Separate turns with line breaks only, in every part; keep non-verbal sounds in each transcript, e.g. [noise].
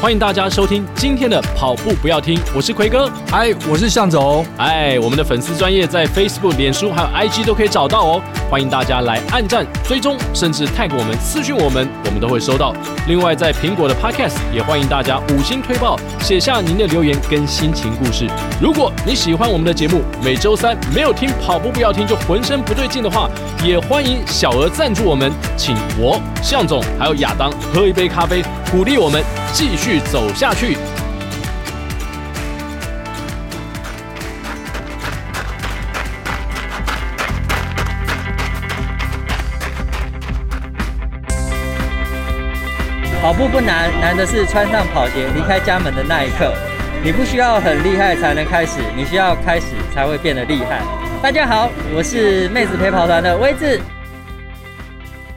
欢迎大家收听今天的跑步不要听，我是奎哥。
嗨，我是向总。
哎，我们的粉丝专业在 Facebook、脸书还有 IG 都可以找到哦，欢迎大家来按赞、追踪，甚至 tag 我们、私讯我们，我们都会收到。另外，在苹果的 Podcast 也欢迎大家五星推报，写下您的留言跟心情故事。如果你喜欢我们的节目，每周三没有听跑步不要听就浑身不对劲的话，也欢迎小额赞助我们，请我向总还有亚当喝一杯咖啡，鼓励我们继续走下去。
跑步不难，难的是穿上跑鞋离开家门的那一刻。你不需要很厉害才能开始，你需要开始才会变得厉害。大家好，我是妹子陪跑团的威志。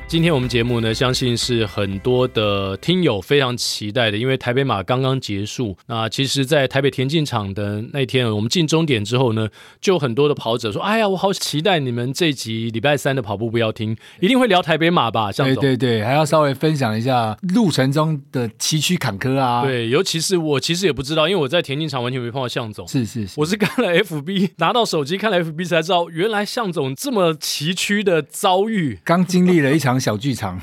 今天我们节目呢，相信是很多的听友非常期待的，因为台北马刚刚结束。那其实，在台北田径场的那天，我们进终点之后呢，就很多的跑者说：“哎呀，我好期待你们这集礼拜三的跑步不要听，一定会聊台北马吧，向
对
总。
哎对对，还要稍微分享一下路程中的崎岖坎坷啊。，
对尤其是我其实也不知道，因为我在田径场完全没碰到向总。
是是是，
我是看了 FB，拿到手机看了 FB 才知道，原来向总这么崎岖的遭遇。
刚经历了一场小
[laughs]
剧场，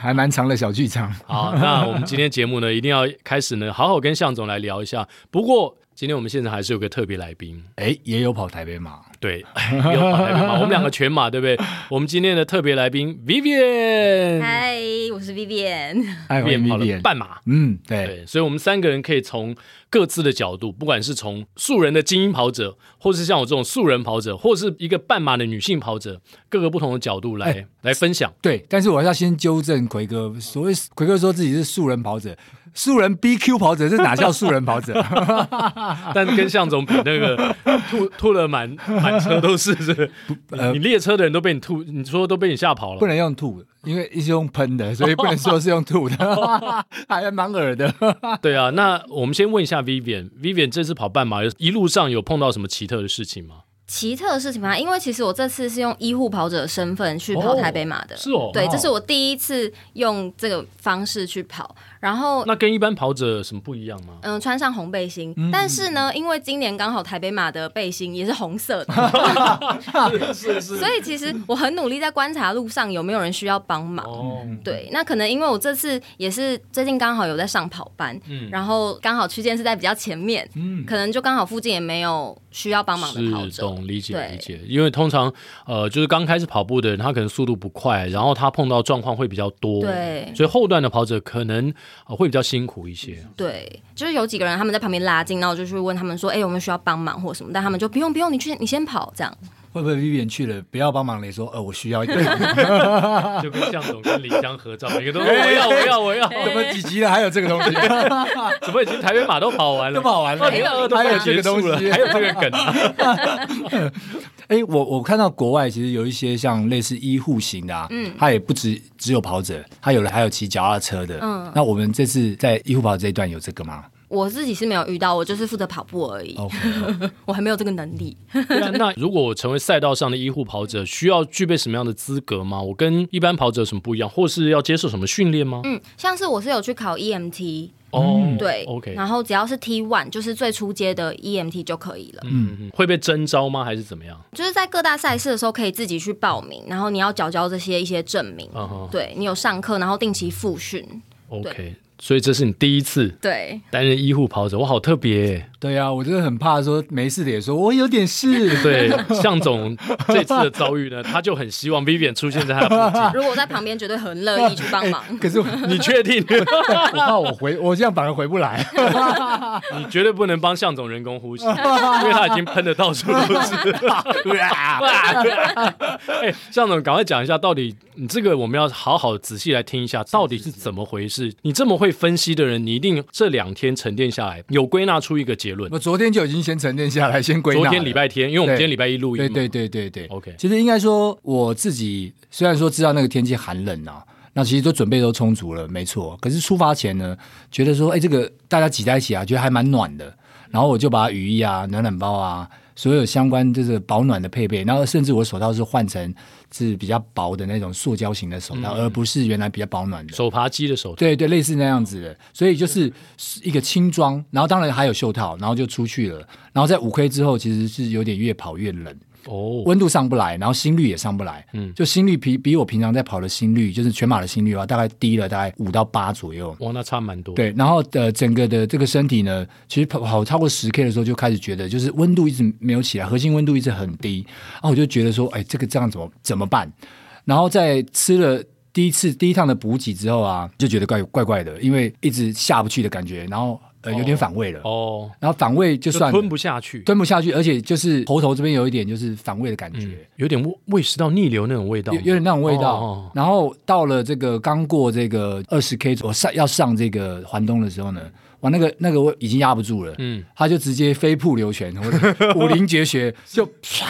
还蛮长的小剧场。
好，那我们今天节目呢，一定要开始呢，好好跟向总来聊一下。不过今天我们现场还是有个特别来宾，
哎，也有跑台北马，
对， [laughs] 有马来宾嘛，我们两个全马，对不 [laughs] 对？我们今天的特别来宾 Vivian，
嗨，我是 Vivian。
哎，
Vivian 跑了
咪变，
半马。
嗯，对，
对，所以，我们三个人可以从各自的角度，不管是从素人的精英跑者，或是像我这种素人跑者，或是一个半马的女性跑者，各个不同的角度来、来分享。
对，但是我要先纠正奎哥，所谓奎哥说自己是素人跑者，素人 BQ 跑者，这哪叫素人
[laughs]
跑者？
但跟向总比，那个吐吐了满满车都是，是不是
呃
你列车的人都被你吐，你说都被你吓跑了
不。能用吐，因为是用喷的，所以不能说是
[laughs]
用吐的，还蛮耳的。
对啊，那我们先问一下 Vivian，Vivian 这次跑半马，有一路上有碰到什么奇特的事情吗？
奇特的事情吗？因为其实我这次是用医护跑者的身份去跑台北马的，
哦是哦
对
哦，
这是我第一次用这个方式去跑，然后。
那嗯跟一般跑者有什么不一样
[laughs]
吗？
嗯，穿上红背心，但是呢，因为今年刚好台北马的背心也是红
[laughs]
色的，
是是
所以其实我很努力在观察路上有没有人需要帮忙。
哦，
对，那可能因为我这次也是最近刚好有在上跑班，
嗯
然后刚好区间是在比较前面，可能就刚好附近也没有需要帮忙的跑
是
者，
懂理解
对
理解，因为通常呃就是刚开始跑步的人，他可能速度不快，然后他碰到状况会比较多，
对
所以后段的跑者可能、呃会比较辛苦一些。
对，就是有几个人他们在旁边拉近，然后我就去问他们说，哎、有没有需要帮忙或什么？但他们就不用不用，你去你先跑这样。
会不会 Vivian 去了不要帮忙的说，呃，我需要一个，
[laughs] 就跟向总跟林江合照，每 [laughs] 个都说我要我要我要，
[laughs] 怎么几级了还有这个东西？
怎么已经台北马都跑完了？
都跑完了
二零二二都
还有
快结
这个
束
东
了，
西
还有这个梗啊，
[laughs] 哎，我我看到国外其实有一些像类似医护型的、啊，嗯，他也不只只有跑者，他有的还有骑脚踏车的。嗯，那我们这次在医护跑这一段有这个吗
我自己是没有遇到，我就是负责跑步而
哦
已，
？OK，
[laughs] 我还没有这个能力。
对啊那如果我成为赛道上的医护跑者，需要具备什么样的资格吗？我跟一般跑者有什么不一样，或是要接受什么训练吗？
嗯，像是我是有去考 EMT，
哦，
对
，OK，
嗯然后只要是 T one 就是最初阶的 EMT 就可以了。
嗯，嗯会被征召吗？还是怎么样？
就是在各大赛事的时候可以自己去报名，然后你要缴交这些一些证明，
嗯哼
对你有上课，然后定期复训，
，OK，所以这是你第一次
对，
担任医护跑者，我好特别耶。
对啊，我真的很怕说没事的也说我有点 [laughs] 事。
对，向总这次的遭遇呢，他就很希望 Vivian 出现在他的附近。
如果我在旁边绝对很乐意去帮忙。
哎可是我
你确定？
我怕我回，我这样反而回不 [laughs] 来。
你绝对不能帮向总人工呼吸，因为他已经喷的到处都是。 [laughs] 哎，向总，赶快讲一下，到底你这个我们要好好仔细来听一下，到底是怎么回事？你这么会分析的人，你一定这两天沉淀下来，有归纳出一个结论。
[laughs] 我昨天就已经先沉淀下来，先归纳了。
昨天礼拜天，因为我们
对
今天礼拜一录音
对
嘛，
对对对对
OK
其实应该说我自己虽然说知道那个天气寒冷啊，那其实都准备都充足了，没错。可是出发前呢，觉得说，哎，这个大家挤在一起啊，觉得还蛮暖的。然后我就把雨衣啊、暖暖包啊、所有相关就是保暖的配备，然后甚至我手套是换成是比较薄的那种塑胶型的手套，而不是原来比较保暖
嗯
的。
手扒鸡的手套，
对对，类似那样子的，所以就是一个轻装，然后当然还有袖套，然后就出去了。然后在五 K 之后，其实是有点越跑越冷，
哦，
温度上不来，然后心率也上不来。嗯，就心率比比我平常在跑的心率，就是全马的心率啊，大概低了大概五到八左右。
哇，那差蛮多。，
对，然后呃，整个的这个身体呢，其实跑跑超过十 K 的时候就开始觉得，就是温度一直没有起来，核心温度一直很低，然后我就觉得说，哎，这个这样怎么怎么办？然后在吃了。第一次第一趟的补给之后啊，就觉得怪怪怪的，因为一直下不去的感觉，然后呃有点反胃了，
哦，
然后反胃就
就
算了
吞不下去，
吞不下去，而且就是喉头这边有一点就是反胃的感觉，
有点胃胃食道逆流那种味道，
有有点那种味道。
哦
然后到了这个刚过这个二十 K，我上要上这个环东的时候呢，哇，那个那个我已经压不住了，嗯，他就直接飞瀑流泉，
[laughs]
或者武林绝学，就唰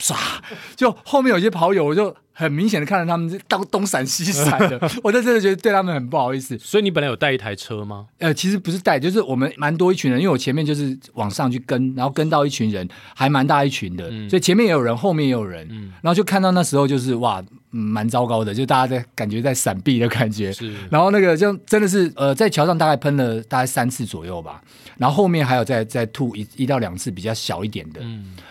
唰，就后面有些跑友我就。很明显的看到他们是东东闪西闪
[laughs]
的，我在真的觉得对他们很不好意思。
所以你本来有带一台车吗？
呃，其实不是带，就是我们蛮多一群人，因为我前面就是往上去跟，然后跟到一群人，还蛮大一群的，所以前面也有人，后面也有人，然后就看到那时候就是哇，嗯蛮糟糕的，就大家在感觉在闪避的感觉，
是
然后那个就真的是呃，在桥上大概喷了大概三次左右吧，然后后面还有再再吐一一到两次比较小一点的，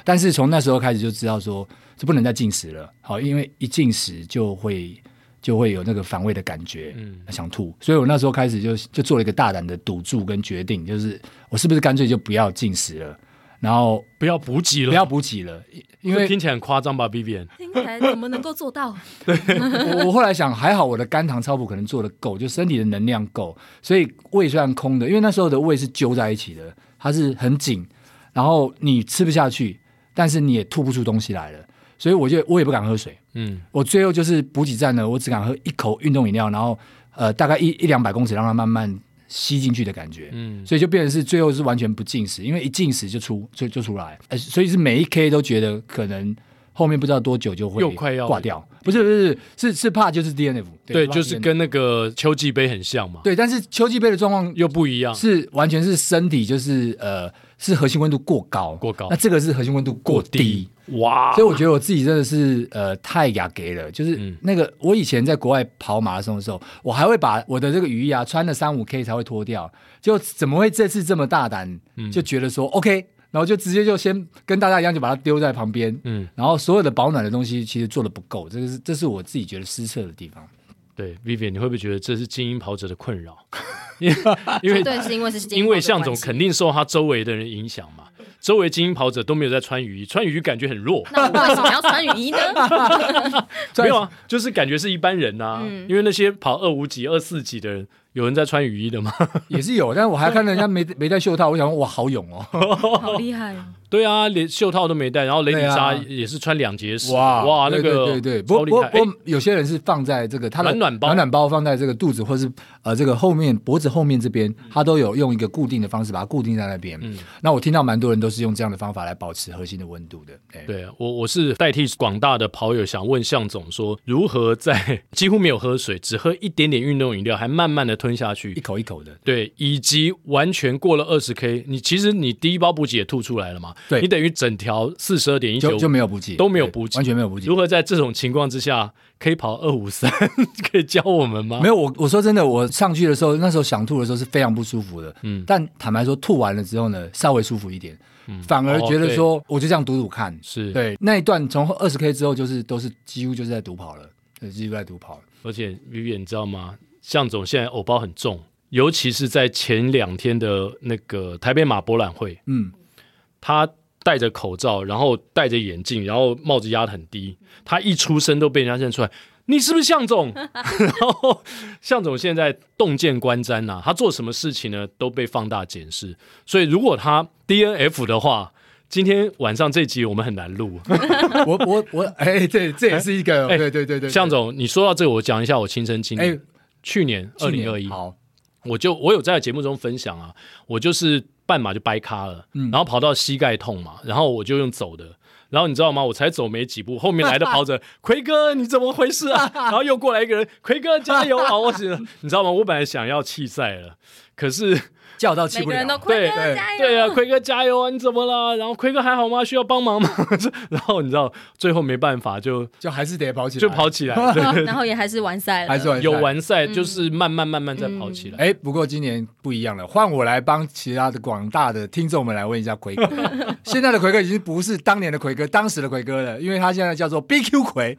但是从那时候开始就知道说这不能再进食了，好，因为一进食就会就会有那个反胃的感觉，嗯，想吐，所以我那时候开始就就做了一个大胆的赌注跟决定，就是我是不是干脆就不要进食了，然后
不要补给了，
不要补给了，因
这
为
听起来很夸张吧，Vivian？
[laughs] 听起来怎么能够做到？
我我后来想，还好我的肝糖超谱可能做的够，就身体的能量够，所以胃虽然空的，因为那时候的胃是揪在一起的，它是很紧，然后你吃不下去，但是你也吐不出东西来了，所以我就我也不敢喝水，
嗯，
我最后就是补给站呢，我只敢喝一口运动饮料，然后呃大概一一两百公尺，让它慢慢吸进去的感觉，
嗯
嗯，所以就变成是最后是完全不进食，因为一进食就出就就出来，呃，所以是每一 K 都觉得可能后面不知道多久就会
又快要
挂掉，不是不是是是怕就是 DNF，
对，
怕
就是
DNF
跟那个秋季杯很像嘛，
对，但是秋季杯的状况
又不一样，
是完全是身体就是呃是核心温度过高
过高
那这个是核心温度过低。
哇，
所以我觉得我自己真的是呃太雅给了，就是
嗯
那个、我以前在国外跑马拉松的时候，我还会把我的这个雨衣啊穿了三五 K 才会脱掉，就怎么会这次这么大胆，就觉得说 OK，然后就直接就先跟大家一样就把它丢在旁边，
嗯
嗯，然后所有的保暖的东西其实做的不够，这个是这是我自己觉得失策的地方。
对，Vivian，你会不会觉得这是精英跑者的困
[laughs]
扰？因为因为
对，是因为是
因为向总
肯。
肯定受他周围的人影响嘛，周围精英跑者都没有在穿雨衣，穿雨衣感觉很弱。
那我为什么要穿雨
[laughs]
衣呢？
没有啊，就是感觉是一般人呐、因为那些跑二五几、二四几的人，有人在穿雨衣的吗？ [laughs]
也是有，但我还看人家没没戴袖套，我想说哇好勇哦，
好厉
[laughs]
害哦！
对啊，连袖套都没戴，然后雷米
对啊
莎也是穿两节式，哇，那
对
个
对对对，
超
不过
厉
不过
害，
不
哎
过有些人是放在这个他的
暖暖包
暖暖包放在这个肚子或是呃这个后面脖子后面这
嗯
边，他都有用一个固定的方式把它固定在那边。那我听到蛮多人都是用这样的方法来保持核心的温度的。哎，
对啊我我是代替广大的跑友，想问向总说，如何在 [laughs] 几乎没有喝水，只喝一点点运动饮料，还慢慢的吞下
一
去，
口一口的，
对，以及完全过了二十 K，你其实你第一包补给也吐出来了嘛，
对
你等于整条四十二点一
就
九
就没有补给，
都没有
对
补给
完全没有补给
如。何在这种情况之下可以跑二五三？ [laughs] 可以教我们吗？
没有，我我说真的，我上去的时候，那时候想吐的时候是非常不舒服的。嗯，但坦白说，吐完了之后呢，稍微舒服一点，
嗯
反
哦
而觉得说，我就这样赌赌看。
是
对那一段从二十 K 之后，就是都是几乎就是在赌跑了，对几乎在赌跑了。
而且 Vivian 你知道吗？向总现在偶包很重，尤其是在前两天的那个台北马博览会，
嗯，
他戴着口罩，然后戴着眼镜，然后帽子压得很低，他一出声都被人家认出来。你是不是向总？ [laughs] 然后向总现在洞见观瞻呐、他做什么事情呢都被放大检视。所以如果他 DNF 的话，今天晚上这集我们很难录。
我我我，哎、这这也是一个，
哎
对对对对，
向总，你说到这个，我讲一下我亲身经历。
哎
去年二
去
零
年
二一，
好，
我就我有在节目中分享啊，我就是半马就掰咖了，
嗯
然后跑到膝盖痛嘛，然后我就用走的。然后你知道吗？我才走没几步，后面来的跑者，奎哥你怎么回事啊？ [laughs] 然后又过来一个人，奎哥加油啊！我死了， [laughs] 你知道吗？我本来想要弃赛了，可是
叫到
每
气不
个
了
人。都快
对
乐加油，
对啊，奎哥加油啊！你怎么了？然后奎哥还好吗？需要帮忙吗？ [laughs] 然后你知道最后没办法就
就还是得跑起来，
就跑起来，对
[laughs] 然后也还是完赛了，
还是完赛
有
[laughs]
完赛就是慢慢慢慢再跑起来。
哎、不过今年不一样了，换我来帮其他的广大的听众们来问一下
[laughs]
奎哥。现在的奎哥已经不是当年的奎哥，当时的奎哥了，因为他现在叫做 BQ 奎，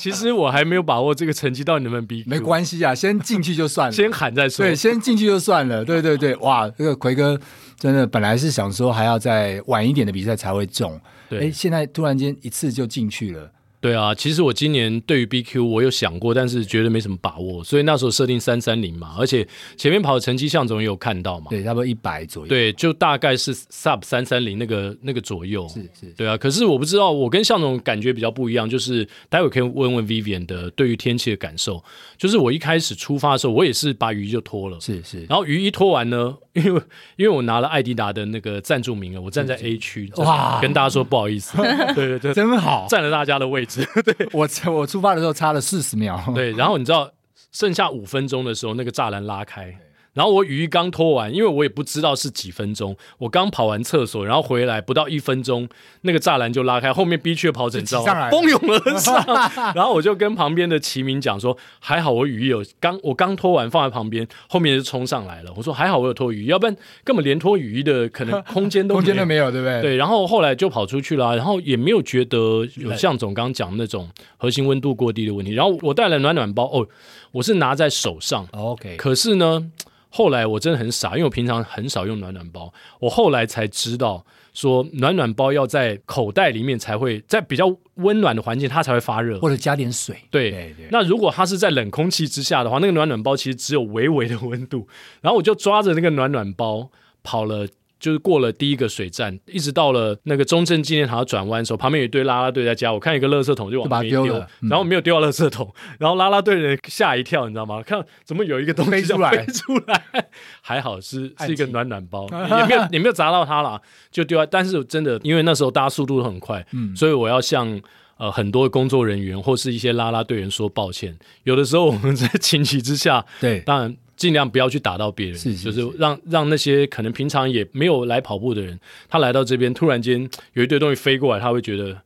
其实我还没有把握这个成绩到底能不能比，
没关系啊，先进去就算了。
先喊再说。
对，先进去就算
[laughs]
了。对对对，哇，这个奎哥真的本来是想说还要再晚一点的比赛才会中，
对
哎，现在突然间一次就进去了。
对啊，其实我今年对于 BQ 我有想过，但是觉得没什么把握，所以那时候设定三三零嘛，而且前面跑的成绩向总也有看到嘛，
对，差不多一百左右。，
对，就大概是 sub 三三零那个那个左右，
是是，
对啊。可是我不知道，我跟向总感觉比较不一样，就是待会可以问问 Vivian 的对于天气的感受。就是我一开始出发的时候，我也是把雨衣就脱了，
是是。
然后雨衣脱完呢，因为因为我拿了艾迪达的那个赞助名额，我站在 A 区，
哇
跟大家说不好意
[laughs]
思，对对对，
真好，
占了大家的位置，对
我我出发的时候差了四十秒，
对。然后你知道剩下五分钟的时候，那个栅栏拉开。然后我雨衣刚脱完，因为我也不知道是几分钟，我刚跑完厕所，然后回来不到一分钟，那个栅栏就拉开，后面 B 区的跑者你知道
就挤上
[laughs] 吗？
来
蜂拥而上，
[laughs]
然后我就跟旁边的齐明讲说，还好我雨衣有刚我刚脱完放在旁边，后面就冲上来了。我说还好我有脱雨衣，要不然根本连脱雨衣的可能空
[laughs]
间都
中间都
有
没有，对不对？
对，然后后来就跑出去了啊、然后也没有觉得有像总刚讲那种核心温度过低的问题。然后我带了暖暖包，哦，我是拿在手上，
，OK，
可是呢，后来我真的很傻，因为我平常很少用暖暖包，我后来才知道说暖暖包要在口袋里面才会，在比较温暖的环境它才会发热。
或者加点水。
对，
对对
那如果它是在冷空气之下的话，那个暖暖包其实只有微微的温度。 [laughs] 然后我就抓着那个暖暖包跑了。就是过了第一个水站，一直到了那个中正纪念塔转弯的时候，旁边有一堆啦啦队在加，我看一个垃圾桶就往
就把
旁
它
边
丢
丢，
了嗯
然后没有丢到垃圾桶，然后啦啦队的人吓一跳，你知道吗？看怎么有一个东西
飞
这样
出来
飞出来，还好是是一个
暗器
暖暖
[laughs]
包，也没有也没有砸到它啦，就丢在。但是真的，因为那时候大家速度都很快，
嗯
所以我要向呃很多工作人员或是一些啦啦队员说抱歉。有的时候我们在情急之下，
对，
当然尽量不要去打到别人，
是是
就是让让那些可能平常也没有来跑步的人，他来到这边突然间有一堆东西飞过来，他会觉得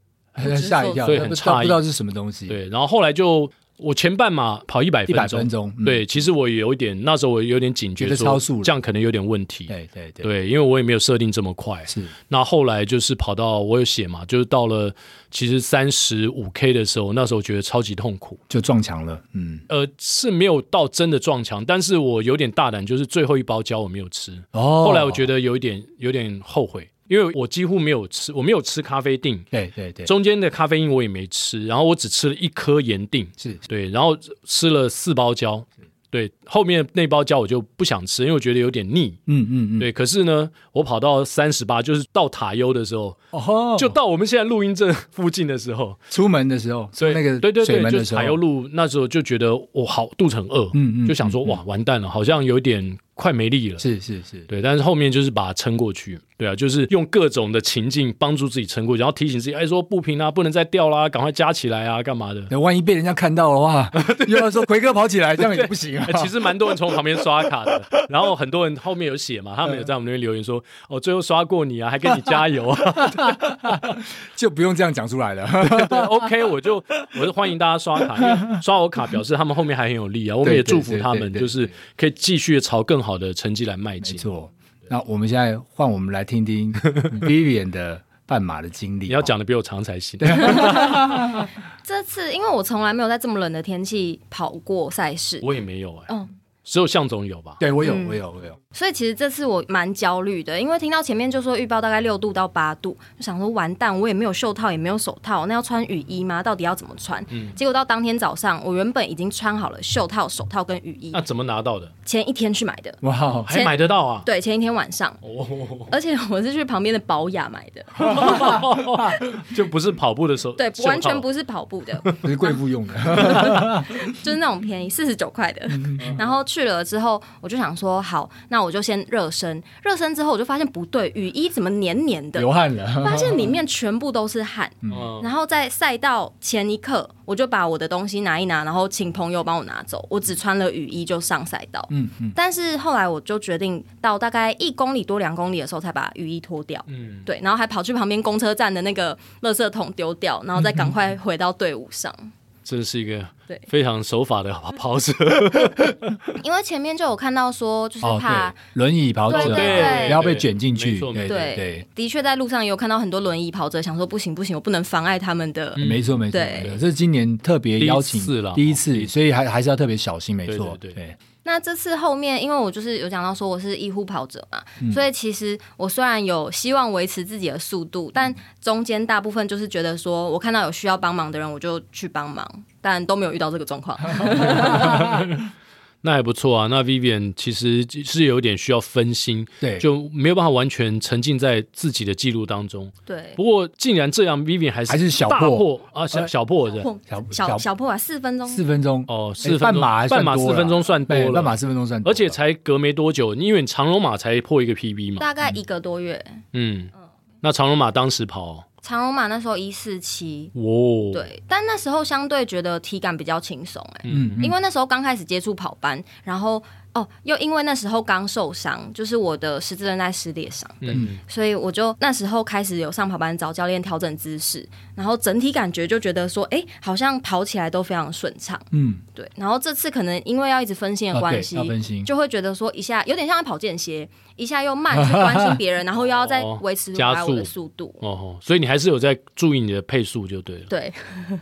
吓一跳，
所以
不
很
知道
诧异
不知道是什么东西。
对。然后后来就。我前半马跑一百
一
分
百
钟，
分钟，嗯
对，其实我有一点，那时候我有点警觉
觉得
说，
超速了
这样可能有点问题。
对对对，
对，因为我也没有设定这么快。
是
那后来就是跑到我有写嘛，就是到了其实三十五 K 的时候，那时候觉得超级痛苦。
就撞墙了。嗯，
呃，是没有到真的撞墙，但是我有点大胆，就是最后一包胶我没有吃。
哦
后来我觉
得，
得有一点有点后悔，因为我几乎没有吃，我没有吃咖啡定，
对对对，
中间的咖啡因我也没吃，然后我只吃了一颗盐定，
是
对，然后吃了四包胶，对，后面那包胶我就不想吃，因为我觉得有点腻。
嗯嗯嗯，
对，可是呢，我跑到三十八，就是到塔悠的时候，
哦，
就到我们现在录音镇附近的时候，
出门的时候，出
对
那个
对对
水
对，
门
就
的
是
时
塔悠
候，
路那时候就觉得我好肚子很饿，
嗯嗯
就想说
嗯
哇完蛋了，好像有点快没力了。
是是是，
对，但是后面就是把它撑过去，对啊，就是用各种的情境帮助自己撑过去，然后提醒自己，哎，说不平啊，不能再掉啦，赶快加起来啊，干嘛
[laughs]
的？
那万一被人家看到
[laughs]
的话，又要说奎哥跑起来，这样也不行啊
哎。其实蛮多人从旁边刷卡的，然后很多人后面有写嘛，他们有在我们那边留言
[laughs]
说，哦，最后刷过你啊，还给你加油啊。
就不用这样讲出来了。
对，OK，我就我就欢迎大家刷卡，因为刷我卡表示他们后面还很有力啊，我们也祝福他
对
们，
对对
就是可以继续朝更好的成绩来迈
[laughs] 没
进。
错，那我们现在换我们来听听 Vivian 的半马的经历。
你要讲的比我长才行。
这次因为我从来没有在这么冷的天气跑过赛事，
[laughs] 我也没有哎、
嗯
只有向总有吧？
对我有，
嗯
我有，我有，
所以其实这次我蛮焦虑的，因为听到前面就说预报大概六度到八度，就想说完蛋，我也没有袖套，也没有手套，那要穿雨衣吗？到底要怎么穿？
嗯
结果到当天早上，我原本已经穿好了袖套、手套跟雨衣
那、，怎么拿到的？
前一天去买的。
哇，
还买得到啊？
对，前一天晚上，
哦
而且我是去旁边的宝雅买的，
[laughs] 就不是跑步的时候，
对，完全
袖
不是跑步的， [laughs]
不是贵妇用的，嗯
就是那种便宜四十九块的。然后去了之后，我就想说好，那我就先热身。热身之后，我就发现不对，雨衣怎么黏黏的？
流汗了，
发现里面全部都是汗。
嗯
然后在赛道前一刻，我就把我的东西拿一拿，然后请朋友帮我拿走。我只穿了雨衣就上赛道。
嗯嗯，
但是后来我就决定到大概一公里多两公里的时候才把雨衣脱掉。
嗯，
对，然后还跑去旁边公车站的那个垃圾桶丢掉，然后再
[laughs]
赶快回到队伍上。
真是一个
对
非常守法的跑跑者。
因为前面就有看到说，就是
哦
怕、
对，轮椅跑者
对对对
不要被卷进
没
去，
错
对
没
对
对
的确在路上也有看到很多轮椅跑者，想说不行不行，我不能妨碍他们的。
对，没错没错，
对
没错这是今年特别邀
嗯第一
请
次啦
第一
哦第一
次，
次
所以还还是要特别小心，没错，
对对
对，
那这次后面，因为我就是有讲到说我是医护跑者嘛，所以其实我虽然有希望维持自己的速度，但中间大部分就是觉得说我看到有需要帮忙的人，我就去帮忙，但都没有遇到这个状况。
[laughs] 那还不错啊。那 Vivian 其实是有点需要分心，
对
就没有办法完全沉浸在自己的记录当中。
对
不，过竟然这样，Vivian 还是
还是小
大
破
破啊，小
呃
小破是不是
破
小
小
小
小破啊，四分钟，
四分钟
哦，
哎
四分钟
半马还算
半马
多
四
了
分钟算多
对
了，
半马四分钟算
而
多了，
且才隔没多久，因为你长龙马才破一个 PB 嘛，
大概一个多月。
嗯，那长龙马当时跑，哇、
长龙马那时候一四七，
哦，，
对，但那时候相对觉得体感比较轻松、哎、
嗯
因为那时候刚开始接触跑班，然后哦，又因为那时候刚受伤，就是我的十字韧带撕裂伤，
嗯，
所以我就那时候开始有上跑班找教练调整姿势，然后整体感觉就觉得说，哎、好像跑起来都非常顺畅，
嗯
对。然后这次可能因为要一直分心的
哦
关
对
系，
要分心
就会觉得说一下有点像在跑间歇，一下又慢去关心别人，然后又要再
哦
维持回
加
来我的
速
速度，
哦吼，所以你还是有在注意你的配速就对了，
对。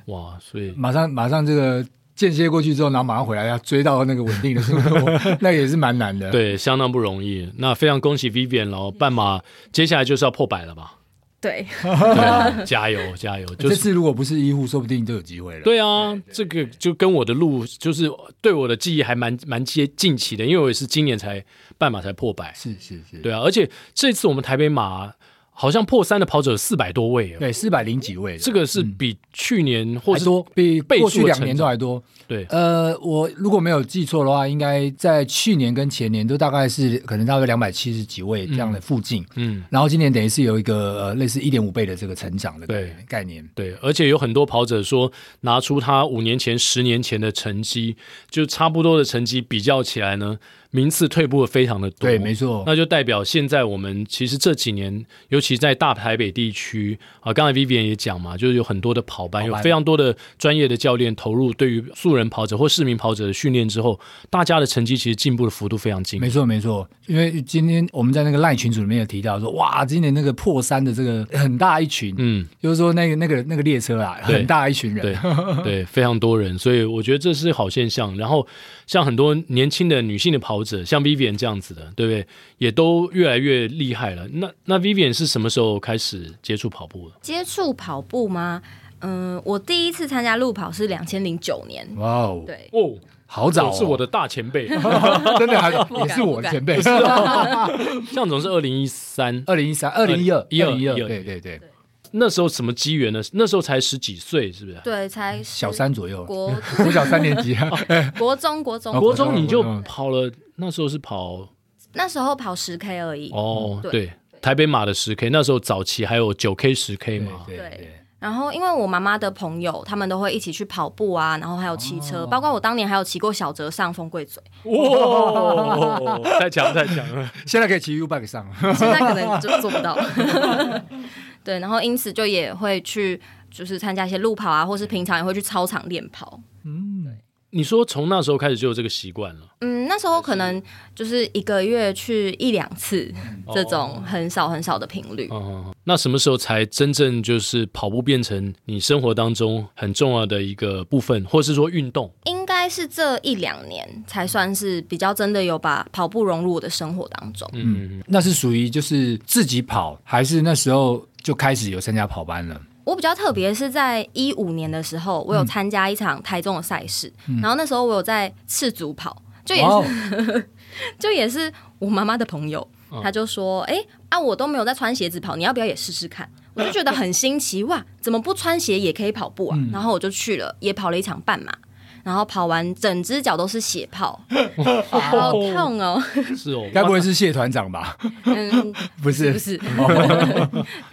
哇，所以
马上马上这个间歇过去之后，然后马上回来要追到那个稳定的 [laughs] 速度，那也是蛮难的。，
对相当不容易。那非常恭喜 Vivian 喽，半马接下来就是要破百了
[laughs]
吧？
对，
对，加油加油！就
这
是
次如果不是医护，说不定就有机会了。
对啊，这个就跟我的路就是对我的记忆还蛮蛮接近期的，因为我也是今年才半马才破百，
是是是，
对啊，而且这次我们台北马好像破三的跑者四百多位耶，
对，四百零几位了，
这个是比去年或
还
是
多，比
倍
过
数
去
的
两
成
年都
长
还多。
对，
呃，我如果没有记错的话，应该在去年跟前年都大概是可能大概两百七十几位这样的附近。
嗯，
然后今年等于是有一个呃类似一点五倍的这个成长的
对
概念，
对，而且有很多跑者说拿出他五年前、十年前的成绩，就差不多的成绩比较起来呢，名次退步的非常的多。
对，没错，
那就代表现在我们其实这几年，尤其在大台北地区啊，刚才 Vivian 也讲嘛，就是有很多的跑班，
跑
有
班
非常多的专业的教练投入对于素人跑者或市民跑者的训练之后，大家的成绩其实进步的幅度非常惊人
没错没错，因为今天我们在那个赖群组里面有提到说，哇，今年那个破三的这个很大一群，
嗯，
就是说那个那个那个列车啊，
对
很大一群人，
对
[laughs]
对，非常多人，所以我觉得这是好现象。然后像很多年轻的女性的跑者，像 Vivian 这样子的，对不对？也都越来越厉害了。那那 Vivian 是什么时候开始接触跑步的？
接触跑步吗？嗯，我第一次参加路跑是两千零九年，
哇哦，
对，
哦，
好早、哦，
是我的大前 [laughs] 辈，
[laughs] 真
[laughs]
的还
不敢
也是啊我的前辈，
向总是二零一三，
二零一三、二零一二、
12
12
12
对对对，
那时候什么机缘呢？那时候才十几岁，是不
哦
是？
对，才
嗯小三左右，
国
国小三年 [laughs] 级啊，
国中国中
哦
国中你就
国中
跑了，那时候是跑
那时候跑十 K
嗯
而已，
哦，
对
对，台北马的十 K，那时候早期还有九 K、十 K
对
嘛，
对
对
对。
然后因为我妈妈的朋友，他们都会一起去跑步啊，然后还有骑车，
哦
包括我当年还有骑过小折上
[laughs]
风贵嘴，
哇， [laughs] 太强太强了。
现在可以骑 U bike 上了， [laughs]
现在可能就做不到。 [laughs] 对，然后因此就也会去就是参加一些路跑啊，或是平常也会去操场练跑。
你说从那时候开始就有这个习惯了，
嗯，那时候可能就是一个月去一两次
嗯
这种
哦
很少很少的频率。
嗯，那什么时候才真正就是跑步变成你生活当中很重要的一个部分，或是说运动？
应该是这一两年才算是比较真的有把跑步融入我的生活当中。
嗯，
那是属于就是自己跑，还是那时候就开始有参加跑班了？
我比较特别是在一五年的时候，我有参加一场台中的赛事，然后那时候我有在赤足跑，就也是、
嗯哇哦
[laughs] 就也是我妈妈的朋友，
嗯
他就说：“哎、啊，我都没有在穿鞋子跑，你要不要也试试看？”我就觉
嗯
得很新奇，哇，怎么不穿鞋也可以跑步啊？然后我就去了，也跑了一场半马。然后跑完整只脚都是
[laughs]
血泡，好痛哦。 [laughs]
是哦，
该不会是谢团长吧？
嗯，
[laughs] 不是哦
不是。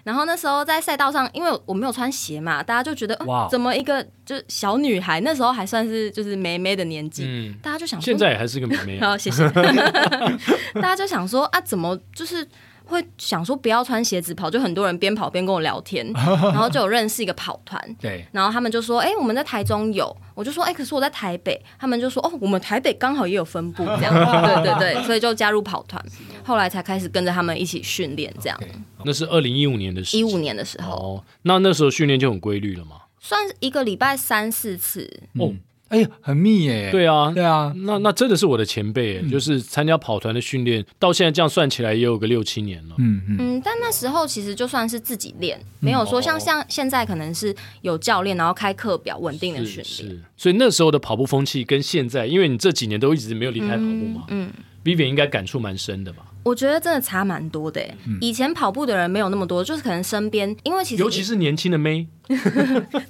然后那时候在赛道上，因为我没有穿鞋嘛，大家就觉得，
哇
呃、怎么一个就是小女孩，那时候还算是就是妹妹的年纪，
嗯
大家就想说
现在也还是个妹妹啊，
[laughs] 好，谢谢。大家就想说啊，怎么就是会想说不要穿鞋子跑？就很多人边跑边跟我聊天，
[laughs]
然后就有认识一个跑团，
对，
然后他们就说，哎、我们在台中有，我就说，哎、可是我在台北，他们就说，哦，我们台北刚好也有分布，
[laughs]
这样，对对对，所以就加入跑团，后来才开始跟着他们一起训练，这样，
那是二零一五年的事
一
情。
五年的时候，
哦，那那时候训练就很规律了嘛。
算是一个礼拜三四次，
哦，
哎呀，很密耶。
对啊，
对啊，
那那真的是我的前辈
嗯
耶，就是参加跑团的训练，到现在这样算起来也有个六七年了。
嗯嗯，
嗯，但那时候其实就算是自己练，没有
嗯
说像
哦
像现在可能是有教练，然后开课表稳定的训
是
练。
是，所以那时候的跑步风气跟现在，因为你这几年都一直没有离开跑步嘛，
嗯，
Vivian 应该感触蛮深的吧？
我觉得真的差蛮多的、欸。以前跑步的人没有那么多，就是可能身边，因为其
嗯
实
尤其是年轻的妹，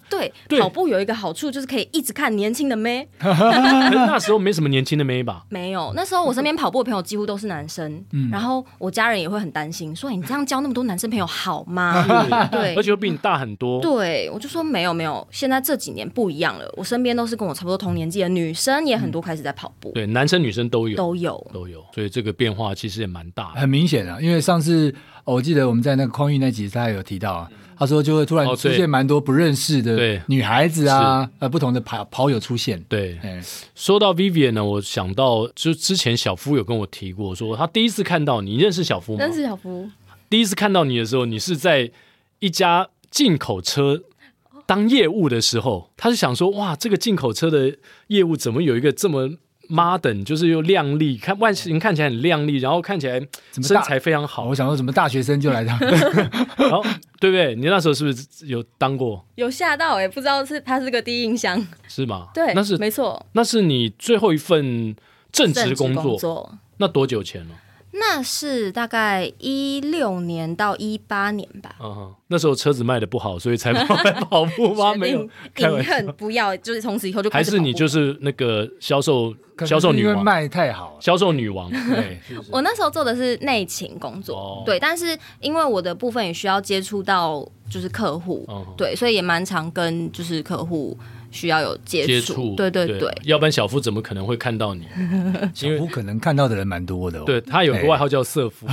对
对
跑步有一个好处，就是可以一直看年轻的妹。
可是那时候没什么年轻的妹吧？
没有，那时候我身边跑步的朋友几乎都是男生，
嗯
然后我家人也会很担心，说哎你这样教那么多男生朋友好
[laughs]
吗？对
而。且又比你大很多。
对，我就说没有没有，现在这几年不一样了。我身边都是跟我差不多同年纪的女生，也很多开始在跑步，
嗯对，男生女生都有，
都有。
都有，所以这个变化其实也蛮大的。
很明显啊，因为上次、哦我记得我们在那个匡玉那集，他有提到啊，他说就会突然
嗯哦
出
对
现蛮多不认识
对
的女孩子啊，呃，不同的跑跑友出现。
对，
哎，
说到 Vivian 呢，我想到就之前小夫有跟我提过，说他第一次看到你，你认识小夫吗？
小夫，
第一次看到你的时候，你是在一家进口车当业务的时候，他就想说，哇，这个进口车的业务怎么有一个这么 modern，就是又靓丽，看外形看起来很靓丽，然后看起来
么
身
大
材非常
[laughs] 好，
好
我，想说怎么大学生就
[laughs]
来当
然后对不对？你那时候是不是有当过？
有吓到哎、不知道是他是个第一印象，
是吗？
对，
那是
没错，
那是你最后一份正职
正
工作，
工作。
那多久前了？
那是大概一六年到一八年吧，
嗯哼，那时候车子卖的不好，所以
[laughs]
才跑来跑步吗？
决
没有
定，
开玩
隐
笑。
恨不要，就是从此以后就
还
开始
是你
跑步
就是那个销售
可能
销售
是
女
因为
王，
卖太好哎了。
销售女王。
对，
我那时候做的是内勤工作，
哦
对，但是因为我的部分也需要接触到就是客户，
嗯
对，所以也蛮常跟就是客户需要有接
接
触，
触，
对对对，
要不然小夫怎么可能会看到你？
小夫可能看到的人蛮多的、哦。
对他有个
哎
外号叫色
[laughs]
夫，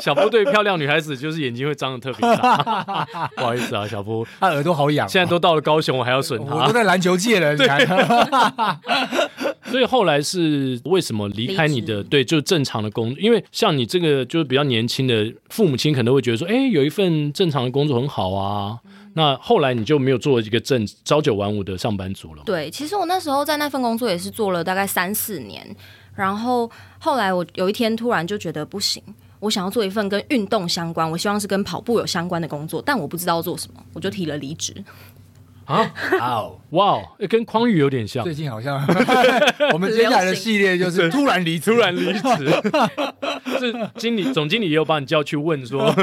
小夫对漂亮女孩子就是眼睛会张的特别大，
[laughs]
不好意思啊，小夫，
他耳朵好痒、哦
现在都到了高雄，我还要损
我都
他，
在篮球界了，你看， [laughs]
所以后来是为什么离开你的
离
对，就正常的工作？因为像你这个就是比较年轻的，父母亲可能会觉得说，哎，有一份正常的工作很好啊。
嗯
那后来你就没有做一个正朝九晚五的上班族了吗，
对，其实我那时候在那份工作也是做了大概三四年，然后后来我有一天突然就觉得不行，我想要做一份跟运动相关，我希望是跟跑步有相关的工作，但我不知道做什么，我就提了离职。，
哇哦，
啊哇哦，诶跟匡宇有点像
最，近
[laughs]
好像我们接下来的系列就是突然离
突
出来，
然离职，是经理总经理也有把你叫去问说，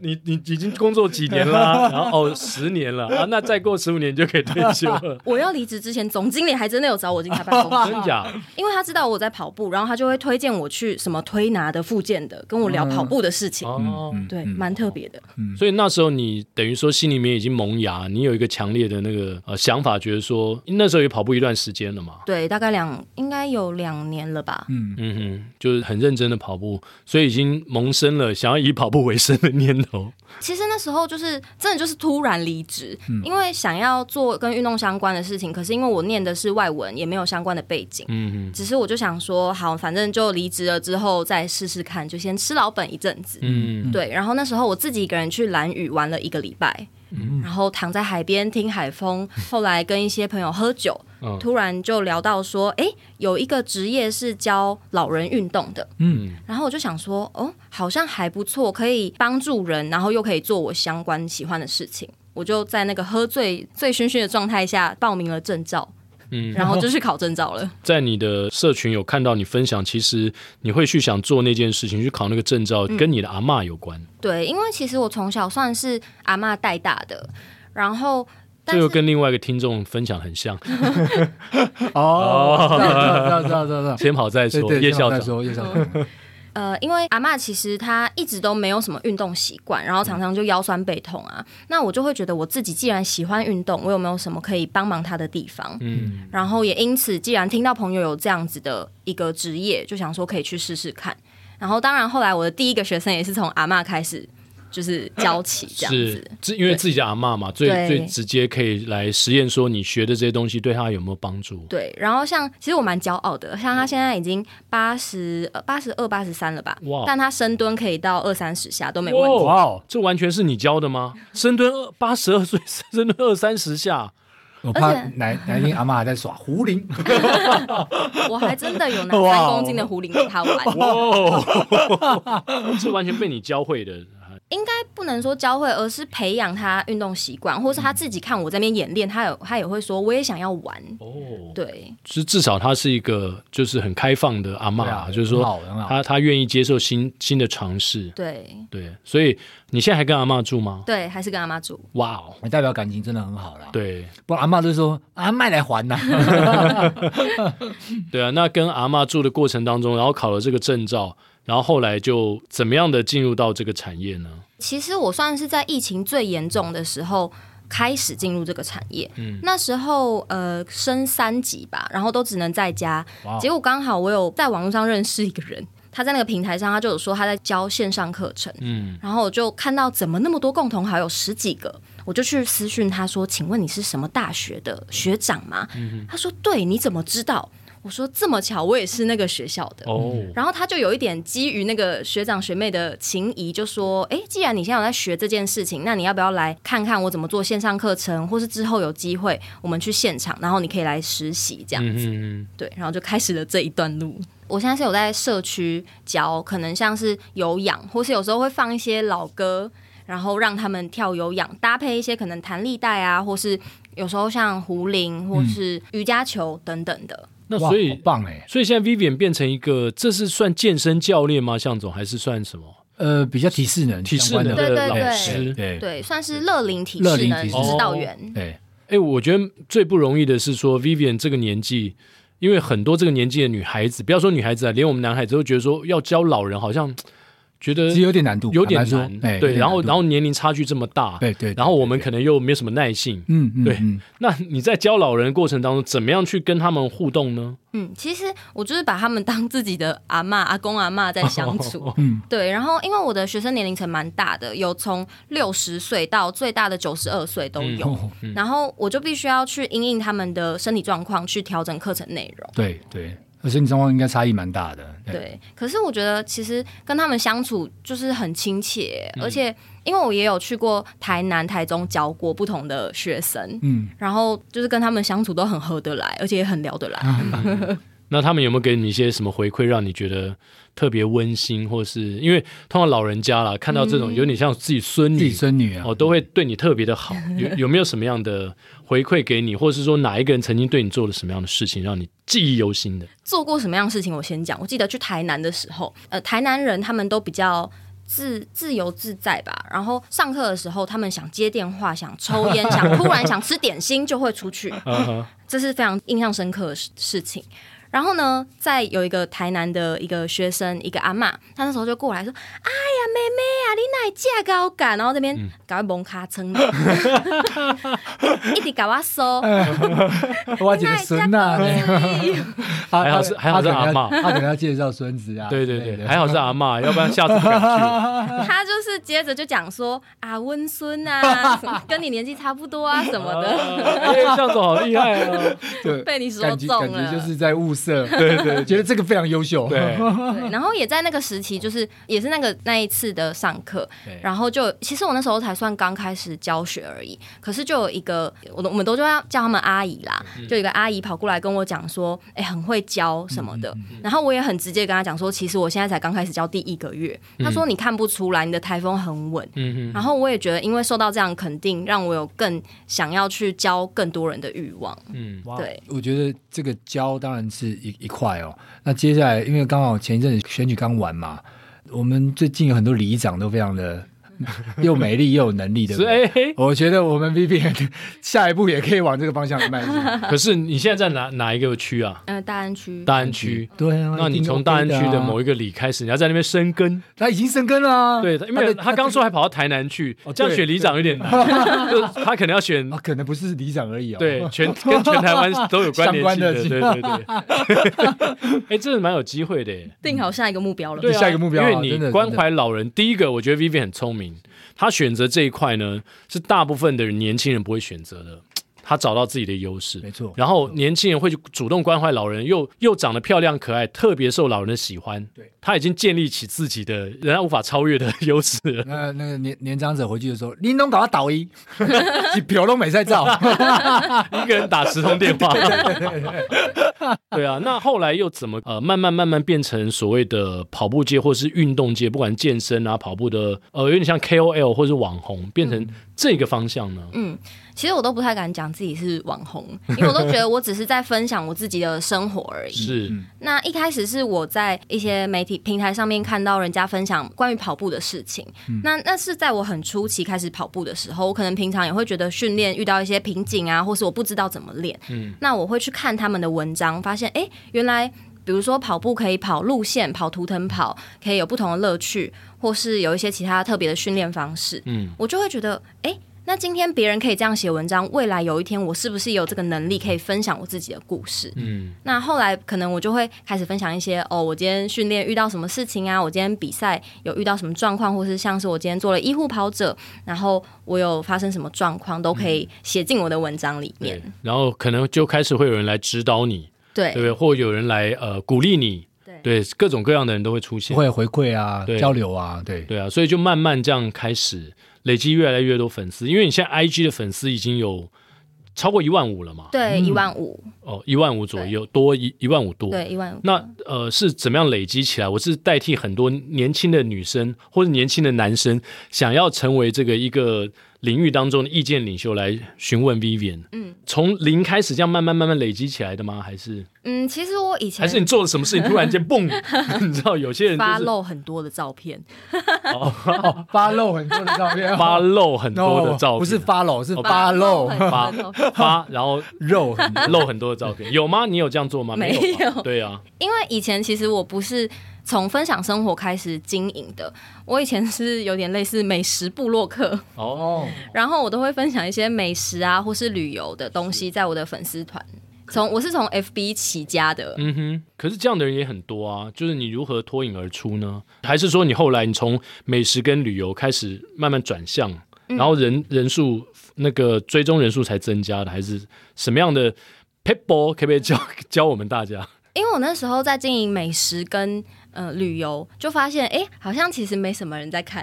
你你你已经工作几年啦、然后哦十年了啊，那再过十五年你就可以退休了
我要离职之前，总经理还真的有找我进他办
[laughs]
公室，
真假？
因为他知道我在跑步，然后他就会推荐我去什么推拿的、复健的，跟我聊跑步的事情。
哦，
嗯
对，蛮特别的。
所以那时候你等于说心里面已经萌芽，你有一个强烈的那个呃想法，觉得说那时候也跑步一段时间了嘛，
对，大概两应该有两年了吧。
嗯哼，就是很认真的跑步，所以已经萌生了想要以跑步为生的念头。
其实那时候就是真的就是突然离职，
嗯
因为想要做跟运动相关的事情，可是因为我念的是外文，也没有相关的背景，
嗯
只是我就想说，好，反正就离职了之后再试试看，就先吃老本一阵子。
哼，嗯，
对，然后那时候我自己一个人去蓝屿玩了一个礼拜，
嗯
然后躺在海边听
[laughs]
海风，后来跟一些朋友喝酒，
嗯
突然就聊到说，诶，有一个职业是教老人运动的，
嗯
嗯，然后我就想说，哦，好像还不错，可以帮助人，然后又可以做我相关喜欢的事情。我就在那个喝醉醉醺醺的状态下报名了证照，
嗯
嗯，然后
[laughs]
就去考证照了。
在你的社群有看到你分享，其实你会去想做那件事情，去考那个证照，
嗯
跟你的阿嬷有关。
对，因为其实我从小算是阿嬷带大的，然后
这
但是
又跟另外一个听众分享很
[laughs]
像，
哦，知道知道知道知道知道，
先跑再
对
说。
对，
叶
先
校
我再
长，
说叶校长，
呃，因为阿嬷其实她一直都没有什么运动习惯，然后
嗯
常常就腰酸背痛啊。那我就会觉得我自己既然喜欢运动，我有没有什么可以帮忙她的地方？
嗯，
然后也因此，既然听到朋友有这样子的一个职业，就想说可以去试试看。然后当然后来我的第一个学生也是从阿嬷开始，就是教起这样
是
子。，
自因为自己的阿嬷嘛，最
对
最直接可以来实验说你学的这些东西对她有没有帮助。
对，然后像其实我蛮骄傲的，像他现在已经八十呃八十二八十三了吧
哇
但他深蹲可以到二三十下都没问题。
哇哦，
这完全是你教的吗？深蹲二八十二岁，深蹲二三十下，
我怕
而且
南南京阿妈还在耍胡铃，
[laughs]
我还真的有拿
哇
三
哦
公斤的狐狸给他玩，
哦这完全被你教会的。
应该不能说教会，而是培养他运动习惯，或是
嗯
他自己看我这边演练，他有他也会说我也想要玩。
哦，
对，
是至少她是一个就是很开放的阿嬷，
对啊
就是
很好
说
很好
她她愿意接受新新的尝试。
对，
对，所以你现在还跟阿嬷住吗？
对，还是跟阿妈住。
哇哦，
[laughs] 代表感情真的很好啦。，
对
不然阿妈就说阿麦来还呐，
对啊，那跟阿嬷住的过程当中，然后考了这个证照，然后后来就怎么样的进入到这个产业呢？
其实我算是在疫情最严重的时候开始进入这个产业。嗯，那时候呃升三级吧，然后都只能在家。
哇
结果刚好我有在网络上认识一个人，他在那个平台上，他就有说他在教线上课程。
嗯，
然后我就看到怎么那么多共同好友十几个，我就去私讯他说：“请问你是什么大学的学长吗？”他说：“对，你怎么知道？”我说：“这么巧，我也是那个学校的。”
哦，
然后他就有一点基于那个学长学妹的情谊，就说：“诶，既然你现在有在学这件事情，那你要不要来看看我怎么做线上课程，或是之后有机会我们去现场，然后你可以来实习这样
嗯
子。
哼
对，然后就开始了这一段路。我现在是有在社区教，可能像是有氧，或是有时候会放一些老歌，然后让他们跳有氧，搭配一些可能弹力带啊，或是有时候像壶铃或是瑜伽球等等的。
[laughs] 那
哇
所以
好棒哎，
所以现在 Vivian 变成一个，这是算健身教练吗？向总还是算什么
呃，比较体适能
体适
相关
能
的
对
的
对
老
对
师？
对哦
对，算是乐龄体
乐
适
龄
能
体适
能
指导员。
对，
哎，我觉得最不容易的是说 Vivian 这个年纪。因为很多这个年纪的女孩子，不要说女孩子啊，连我们男孩子都觉得说要教老人，好像觉得
其实有点难度，
有点难
坦白说，哎，有
对，
点
然后
难度
然后年龄差距这么大，
对对对
然后我们可能又没有什么耐性，
嗯嗯
对
嗯，
那你在教老人的过程当中，怎么样去跟他们互动
[laughs]
呢？
嗯，其实我就是把他们当自己的阿嬷、阿公、阿嬷在相处。
哦
嗯
对，然后因为我的学生年龄层蛮大的，有从六十岁到最大的九十二岁都有。
哦
然后我就必须要去因应他们的身体状况，去调整课程内容。
对对，而且你状况应该差异蛮大的，
对，可是我觉得其实跟他们相处就是很亲切，而且因为我也有去过台南、台中教过不同的学生，
嗯，
然后就是跟他们相处都很合得来，而且也很聊得来。
[laughs] 那他们有没有给你一些什么回馈，让你觉得特别温馨，或是因为通常老人家啦，看到这种有点像自己孙
嗯自
女
己孙女啊，
哦，都会对你特别的
[laughs]
好。有有没有什么样的回馈给你，或是说哪一个人曾经对你做了什么样的事情，让你记忆犹新的？
做过什么样的事情，我先讲。我记得去台南的时候，呃，台南人他们都比较。自自由自在吧，然后上课的时候，他们想接电话、想抽烟、想突然想吃点心，就会出去，
Uh-huh
这是非常印象深刻的事事情。然后呢，在有一个台南的一个学生，一个阿嬷，她那时候就过来说：“哎呀，妹妹啊，你哪架高感？”然后这边搞蒙卡撑， [laughs] 一直搞我哎收，
我姐的孙呐，还
还好是还好是阿嬷
他可能要介绍孙子啊，
[laughs] 对对对，还好是阿嬷，要不然下次不敢
[laughs]
去。
他就是接着就讲说啊，温孙啊，什么跟你年纪差不多啊什么的，
[laughs] 哎，向总好厉害啊！
[laughs] 对
被你说
感觉
中
感觉
了
就是在
[laughs]
物色，对 [laughs] 对，觉得这个非常优秀，
对，
对，然后也在那个时期，就是也是那个那一次的上课
对，
然后就其实我那时候才算刚开始教学而已，可是就有一个我我们都叫叫他们阿姨啦，就有一个阿姨跑过来跟我讲说，哎、很会教什么的，然后我也很直接跟她讲说，其实我现在才刚开始教第一个月，她说你看不出来，你的台风很稳，
嗯
然后我也觉得因为受到这样的肯定，让我有更想要去教更多人的欲望。
哼嗯，
哇
对，
[laughs] 我觉得这个教当然是一一块哦。那接下来，因为刚好前一阵子选举刚完嘛，我们最近有很多里长都非常的 [laughs] 又美丽又有能力，对不
所以
对？
哎嘿，
我觉得我们 V B 下一步也可以往这个方向迈进。
[laughs] 可是你现在在哪哪一个区啊？
嗯、大安区，
大安 [laughs] 区。
对啊，
嗯那你从大安区的某一
一定 OK 啊，
个里开始，你要在那边生
[laughs]
根。
他已经生根了啊。
对，他因为
的
他刚说还跑到台南去，
哦
这样
对
选里长有点难， [laughs] 就他可能要
[laughs]
选
啊，可能不是里长而已哦。
对，全跟全台湾都有关联性的，对
相
对
关
对。哎、 [laughs] 真的蛮有机会的耶。
定好下一个目标了。
对啊，
下一个目标啊
因为
真
你
的
关怀老人，第一个我觉得 Vivi 很聪明，他选择这一块呢，是大部分的人年轻人不会选择的。他找到自己的优势，
[laughs] 没错
然后年轻人会去主动关怀老人，又又长得漂亮可爱，特别受老人的喜欢。
对，
他已经建立起自己的人家无法超越的优势了。
那那个年年长者回去的时候，林东搞他倒一， [laughs] 你表都没
[laughs]
在照。
一个人打十通电话。对啊，那后来又怎么呃，慢慢慢慢变成所谓的跑步界或是运动界，不管健身啊、跑步的，呃，有点像 KOL 或是网红，变成这个方向呢？
其实我都不太敢讲自己是
[laughs]
网红，因为我都觉得我只是在分享我自己的生活而已。
是
那一开始是我在一些媒体平台上面看到人家分享关于跑步的事情，那那是在我很初期开始跑步的时候，我可能平常也会觉得训练遇到一些瓶颈啊，或是我不知道怎么练，那我会去看他们的文章，发现哎，诶原来。比如说跑步可以跑路线、跑图腾跑，可以有不同的乐趣，或是有一些其他特别的训练方式。
嗯
嗯，我就会觉得，哎、那今天别人可以这样写文章，未来有一天我是不是也有这个能力可以分享我自己的故事？
嗯，
那后来可能我就会开始分享一些哦，我今天训练遇到什么事情啊，我今天比赛有遇到什么状况，或是像是我今天做了医护跑者，然后我有发生什么状况，都可以写进我的文章里面
对。。然后可能就开始会有人来指导你，
对
对不对？或有人来呃鼓励你，
对
对，各种各样的人都会出现。
会回馈啊
对，
交流啊，对，
对啊，所以就慢慢这样开始累积越来越多粉丝，因为你现在 IG 的粉丝已经有超过一万五了嘛？
对，一万五，
哦，一万五左右，多一一万五多。
对，一万五。
那呃是怎么样累积起来？我是代替很多年轻的女生或者年轻的男生，想要成为这个一个领域当中的意见领袖来询问 Vivian。嗯，从零开始这样慢慢慢慢累积起来的吗？还是
嗯，其实我以前
还是你做了什么事情突然间蹦？ [laughs] 你知道有些人就
发
是
漏很多的照片，
哦发露很多的照片，
[laughs] 发漏很
No，
多的照片，
哦
哦
不是发露，是发
漏
露
很多的照片。
发，然后
[laughs] 肉很
[laughs] 漏很多的照片，有吗？你有这样做吗？
没
有吧。
有
对啊，
因为以前其实我不是从分享生活开始经营的，我以前是有点类似美食部落客，
[laughs] 哦，
哦，
然后我都会分享一些美食啊或是旅游的东西在我的粉丝团。从我是从 FB 起家的，
嗯哼，可是这样的人也很多啊，就是你如何脱颖而出呢？还是说你后来你从美食跟旅游开始慢慢转向，
嗯
然后人人数那个追踪人数才增加的，还是什么样的 people 可不可以教 [laughs] 教我们大家？
因为我那时候在经营美食跟呃旅游，就发现哎、诶好像其实没什么人在看。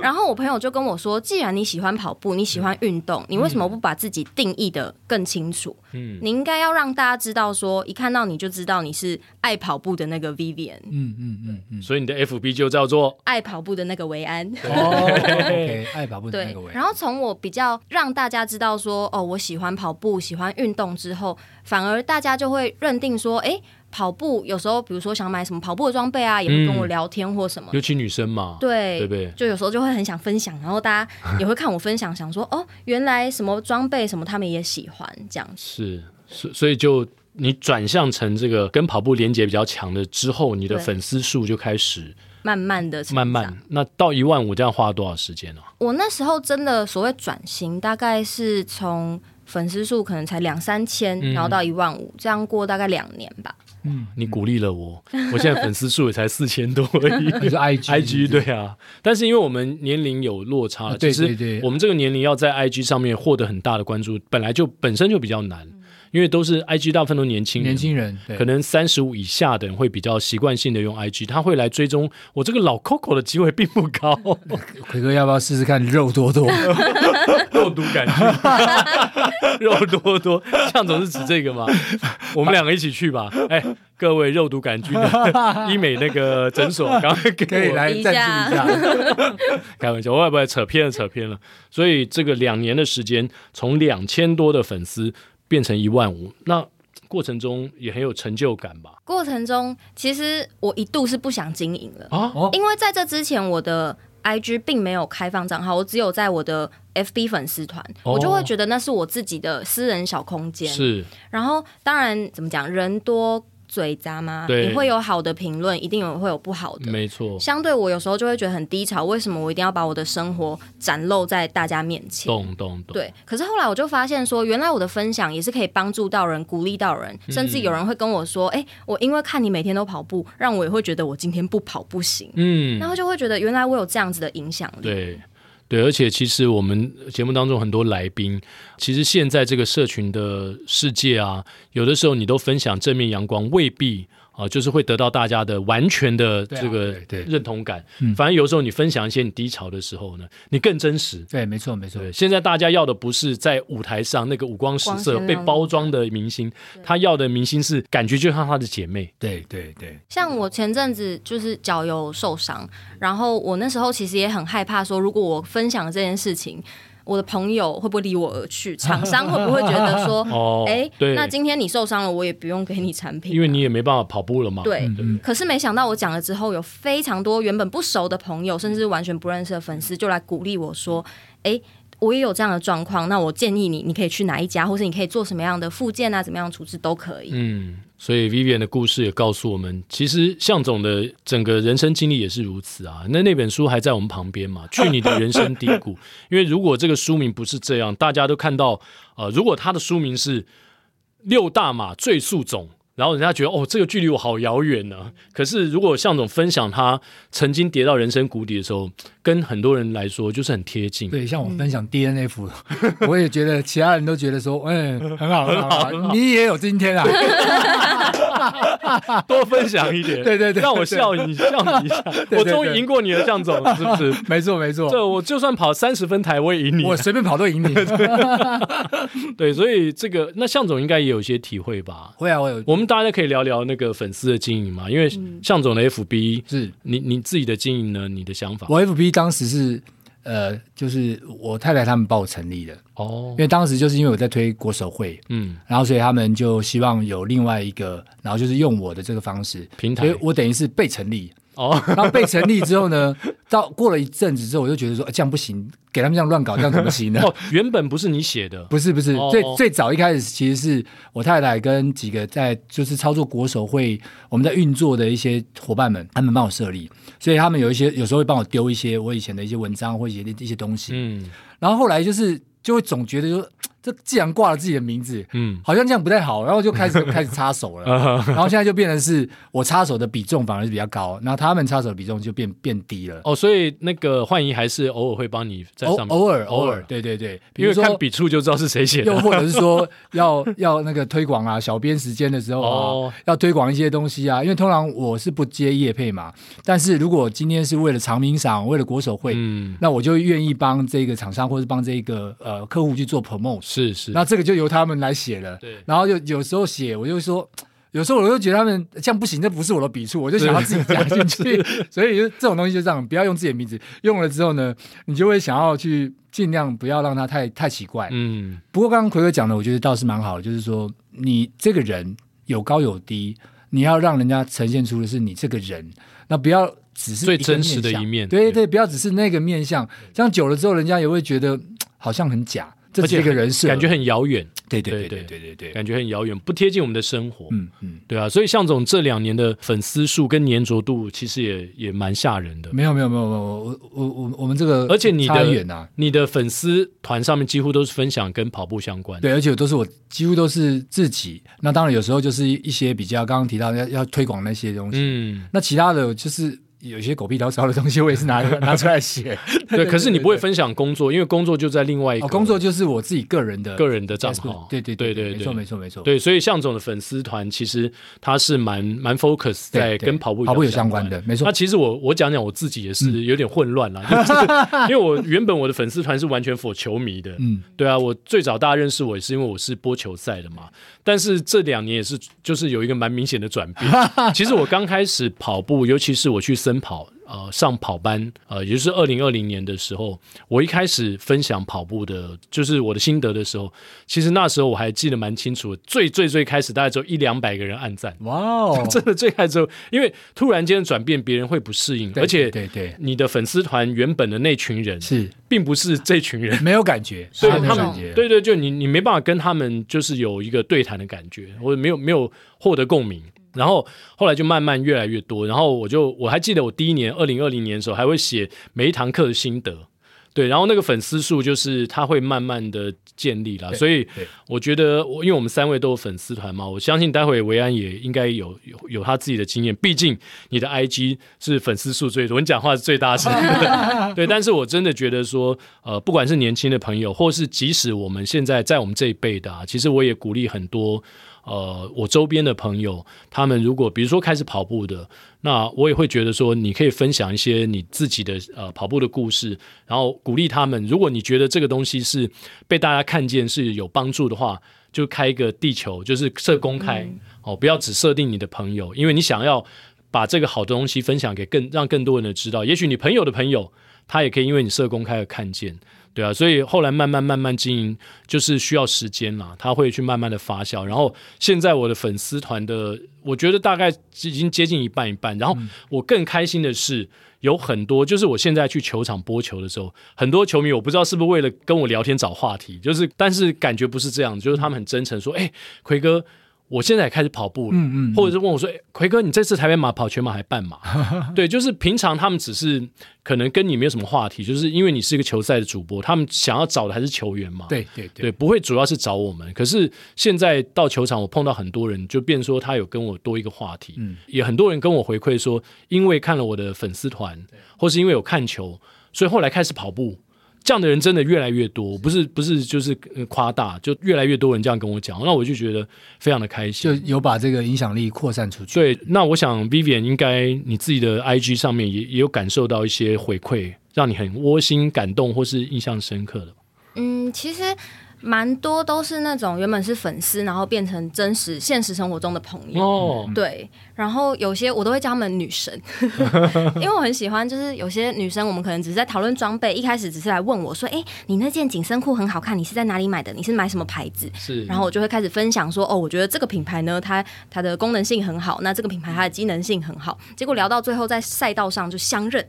然后我朋友就跟我说，既然你喜欢跑步，你喜欢运动，你为什么不把自己定义的更清楚？
嗯
你应该要让大家知道说一看到你就知道你是爱跑步的那个 Vivian，
嗯嗯嗯嗯，
所以你的 FB 就叫做
爱跑步的那个维安。
[laughs]
哦，OK，爱跑步的那
对
个，位，
然后从我比较让大家知道说，哦，我喜欢跑步，喜欢运动之后，反而大家就会认定说，哎，跑步有时候，比如说想买什么跑步的装备啊，也会跟我聊天或什么。
尤其女生嘛，
对，
对不对？
就有时候就会很想分享，然后大家也会看我分享，想说哦，原来什么装备什么他们也喜欢这样子。
是，所所以就你转向成这个跟跑步连接比较强的之后，你的
对
粉丝数就开始
慢慢的，
慢慢。那到一万五这样花多少时间呢、哦
我那时候真的所谓转型，大概是从粉丝数可能才两三千，然后到一万五，这样过大概两年吧。
嗯
你鼓励了我，
[laughs]
我现在粉丝数也才四千多而已。
就
[laughs]
是 IG
IG 对啊，但是因为我们年龄有落差，
啊对
其实
对对
我们这个年龄要在 IG 上面获得很大的关注，本来就本身就比较难，因为都是 IG 大部分都年轻人，
嗯年轻人，对
可能三十五以下的人会比较习惯性的用 IG，他会来追踪我这个老 Coco 的机会并不高，
奎哥要不要试试看肉
[laughs]
多多？
肉毒杆菌，
[laughs]
肉多多，向总是指这个吗？我们两个一起去吧。哎，各位肉毒杆菌
[laughs]
的医美那个诊所，刚刚给
可以
我
来
比一
赞
下
助一下，
开玩笑，我会不会扯偏了？扯偏了。所以这个两年的时间，从两千多的粉丝变成一万五，那过程中也很有成就感吧？
过程中，其实我一度是不想经营了，
啊，
哦
因为在这之前我的 IG 并没有开放账号，我只有在我的 FB 粉丝团，
哦
我就会觉得那是我自己的私人小空间。
是
然后当然怎么讲，人多嘴杂嘛，
对
你会有好的评论，一定有会有不好的。
没错，
相对我有时候就会觉得很低潮，为什么我一定要把我的生活展露在大家面前？
懂懂懂，
对，可是后来我就发现说，原来我的分享也是可以帮助到人、鼓励到
嗯
人，甚至有人会跟我说：“哎、我因为看你每天都跑步，让我也会觉得我今天不跑不行。
嗯
然，后就会觉得原来我有这样子的影响力。
对。对，而且其实我们节目当中很多来宾，其实现在这个社群的世界啊，有的时候你都分享正面阳光，未必啊，就是会得到大家的完全的
对啊
这个
对对嗯
认同感。反正有时候你分享一些你低潮的时候呢，你更真实。
对，没错，没错，
对，现在大家要的不是在舞台上那个五光十
光
色
鲜
被
亮丽
包装的明星，他要的明星是感觉就像他的姐妹。，
对对对，
像我前阵子就是脚有受伤，然后我那时候其实也很害怕说，如果我分享这件事情，我的朋友会不会离我而去？厂商会不会觉得说
[laughs] 哦，
哎、
对，
那今天你受伤了，我也不用给你产品啊、
因为你也没办法跑步了嘛。
对，
嗯
可是没想到我讲了之后，有非常多原本不熟的朋友，甚至完全不认识的粉丝，就来鼓励我说：“哎、我也有这样的状况，那我建议你，你可以去哪一家，或是你可以做什么样的复健啊，怎么样处置都可以。
嗯，所以 Vivian 的故事也告诉我们，其实向总的整个人生经历也是如此啊。那那本书还在我们旁边 [laughs] 嘛，《去你的人生低谷》。因为如果这个书名不是这样，大家都看到，呃，如果他的书名是《六大马最速总》。然后人家觉得哦，这个距离我好遥远呢、可是如果向总分享他曾经跌到人生谷底的时候，跟很多人来说就是很贴近。
对，像我分享 DNF，、我也觉得其他人都觉得说，嗯，很好，很好，
[laughs]
很好你也有今天啊，
多分享一点，
对对
[laughs]
对
让我笑 [laughs] 你笑你一下，
对
我终于赢过你了，向总，是不是？
[laughs] 没错，没错，
这我就算跑三十分台，我也赢你。
哦我随便跑都赢
[laughs]
你。
对，所以这个那向总应该也有一些体会吧。
会啊，我有
我们大家可以聊聊那个粉丝的经营嘛，因为向总的 FB，、
是
你你自己的经营呢，你的想法
我 FB 当时是呃，就是我太太他们帮我成立的，
哦
因，为当时就是因为我在推国手会，
嗯，
然后所以他们就希望有另外一个，然后就是用我的这个方式
平台
所以我等于是被成立。
哦， [laughs]
然后被成立之后呢，到过了一阵子之后，我就觉得说、哎这样不行，给他们这样乱搞，这样怎么行呢？
哦，原本不是你写的，
不是不是，
哦
最
哦
最早一开始其实是我太太跟几个在就是操作国手会我们在运作的一些伙伴们，他们帮我设立，所以他们有一些有时候会帮我丢一些我以前的一些文章或一些一些东西，
嗯
然后后来就是就会总觉得说，这既然挂了自己的名字，
嗯，
好像这样不太好，然后就开
[laughs]
始开始插手了，然后现在就变成是我插手的比重反而是比较高，然后他们插手的比重就变变低了。
哦，所以那个幻仪还是偶尔会帮你在
偶
上面，
偶尔偶
偶
尔，
尔，
对对对，比
因
如
为
说
看笔触就知道是谁写
又
的。
或者是
[laughs]
说要要那个推广啊，小编时间的时候啊，
哦
要推广一些东西啊，因为通常我是不接业配嘛，但是如果今天是为了长鸣赏，为了国手会，
嗯，
那我就愿意帮这个厂商或是帮这个呃客户去做 promote，
是是，
那这个就由他们来写了，
对
然后就有时候写我就说。有时候我就觉得他们这样不行，这不是我的笔触，我就想要自己加进去，所以就这种东西就这样，不要用自己的名字，用了之后呢，你就会想要去尽量不要让它太太奇怪，
嗯
不过刚刚奎哥讲的，我觉得倒是蛮好的，就是说你这个人有高有低，你要让人家呈现出的是你这个人，那不要只是
最
一个
真实的
面相
一面
对
对
对，不要只是那个面相，这样久了之后，人家也会觉得嗯好像很假，这只是一个人设，
感觉很遥远，
对
对
对对对对对对，
感觉很遥远，不贴近我们的生活。
嗯嗯，
对啊，所以向总这两年的粉丝数跟粘着度其实也也蛮吓人的。
没有没有没有没有，我我我我们这个
而且你
差
的
远啊，
你的粉丝团上面几乎都是分享跟跑步相关的。
对，而且都是我几乎都是自己，那当然有时候就是一些比较刚刚提到要要推广那些东西，
嗯，
那其他的就是有些狗屁倒灶的东西，我也是拿 [laughs] 拿出来写。
[laughs] 对。可是你不会分享工作，因为工作就在另外一个
哦，工作就是我自己个人的
个人的账
Facebook，
号。
对对
对
对没错
对
没错没错。
对，所以向总的粉丝团其实他是蛮蛮 focus
对
在
对
跟跑步
跑步有
相
相关的，没
那
错。嗯
其实我我讲讲我自己也是有点混
[laughs]
乱啦，就是因为我原本我的粉丝团是完全 for 球迷的，
嗯，
对啊，我最早大家认识我也是因为我是播球赛的嘛，但是这两年也是
[laughs]
就是有一个蛮明显的转变。其实我刚开始跑步，尤其是我去森跑啊、呃上跑班，呃，也就是二零二零年的时候，我一开始分享跑步的，就是我的心得的时候，其实那时候我还记得蛮清楚的，最最最开始大概只有一两百个人按赞。，
哇哦
[laughs] 真的最开始之后，因为突然间转变，别人会不适应，
对
而且
对对
你的粉丝团原本的那群人
是
并不是这群人，
没有感觉，
对
没
他
有
们
感觉，，
对对，就你你没办法跟他们就是有一个对谈的感觉，或者没有没有获得共鸣。然后后来就慢慢越来越多，然后我就我还记得我第一年二零二零年的时候还会写每一堂课的心得，对，然后那个粉丝数就是它会慢慢的建立啦，
对
所以
对
我觉得我因为我们三位都有粉丝团嘛，我相信待会维安也应该有有有他自己的经验，毕竟你的 IG 是粉丝数最多，你讲话是最大声的，
[laughs]
[laughs] 对，但是我真的觉得说，呃，不管是年轻的朋友，或是即使我们现在在我们这一辈的、啊，其实我也鼓励很多，呃，我周边的朋友，他们如果比如说开始跑步的，那我也会觉得说，你可以分享一些你自己的呃跑步的故事，然后鼓励他们。如果你觉得这个东西是被大家看见是有帮助的话，就开一个地球，就是设公开、哦，不要只设定你的朋友，因为你想要把这个好东西分享给更让更多人知道。也许你朋友的朋友，他也可以因为你社公开而看见，对啊。所以后来慢慢慢慢经营，就是需要时间啦，他会去慢慢的发酵。然后现在我的粉丝团的，我觉得大概已经接近一半一半。然后我更开心的是。有很多，就是我现在去球场播球的时候，很多球迷我不知道是不是为了跟我聊天找话题，就是但是感觉不是这样，就是他们很真诚说，哎、奎哥，我现在也开始跑步了，嗯嗯，或者是问我说，哎奎哥，你这次台北马跑全马还半 [laughs] 马？对，就是平常他们只是可能跟你没有什么话题，就是因为你是一个球赛的主播，他们想要找的还是球员嘛，
对对对
对，不会主要是找我们。可是现在到球场，我碰到很多人，就变说他有跟我多一个话题，
嗯
也很多人跟我回馈说，因为看了我的粉丝团，或是因为有看球，所以后来开始跑步。这样的人真的越来越多，不是不是就是呃夸大，就越来越多人这样跟我讲，那我就觉得非常的开心
就。有把这个影响力扩散出去。
对，那我想 Vivian 应该你自己的 IG 上面也也有感受到一些回馈，让你很窝心、感动或是印象深刻的吧。
嗯，其实蛮多都是那种原本是粉丝，然后变成真实现实生活中的朋友。
哦，
嗯
对，然后有些我都会叫她们女神， [laughs] 因为我很喜欢，就是有些女生我们可能只是在讨论装备，一开始只是来问我说，哎、你那件紧身裤很好看，你是在哪里买的？你是买什么牌
嗯
子？
哦是，
然后我就会开始分享说，哦，我觉得这个品牌呢，它它的功能性很好，那这个品牌它的机能性很好。结果聊到最后，在赛道上就相认，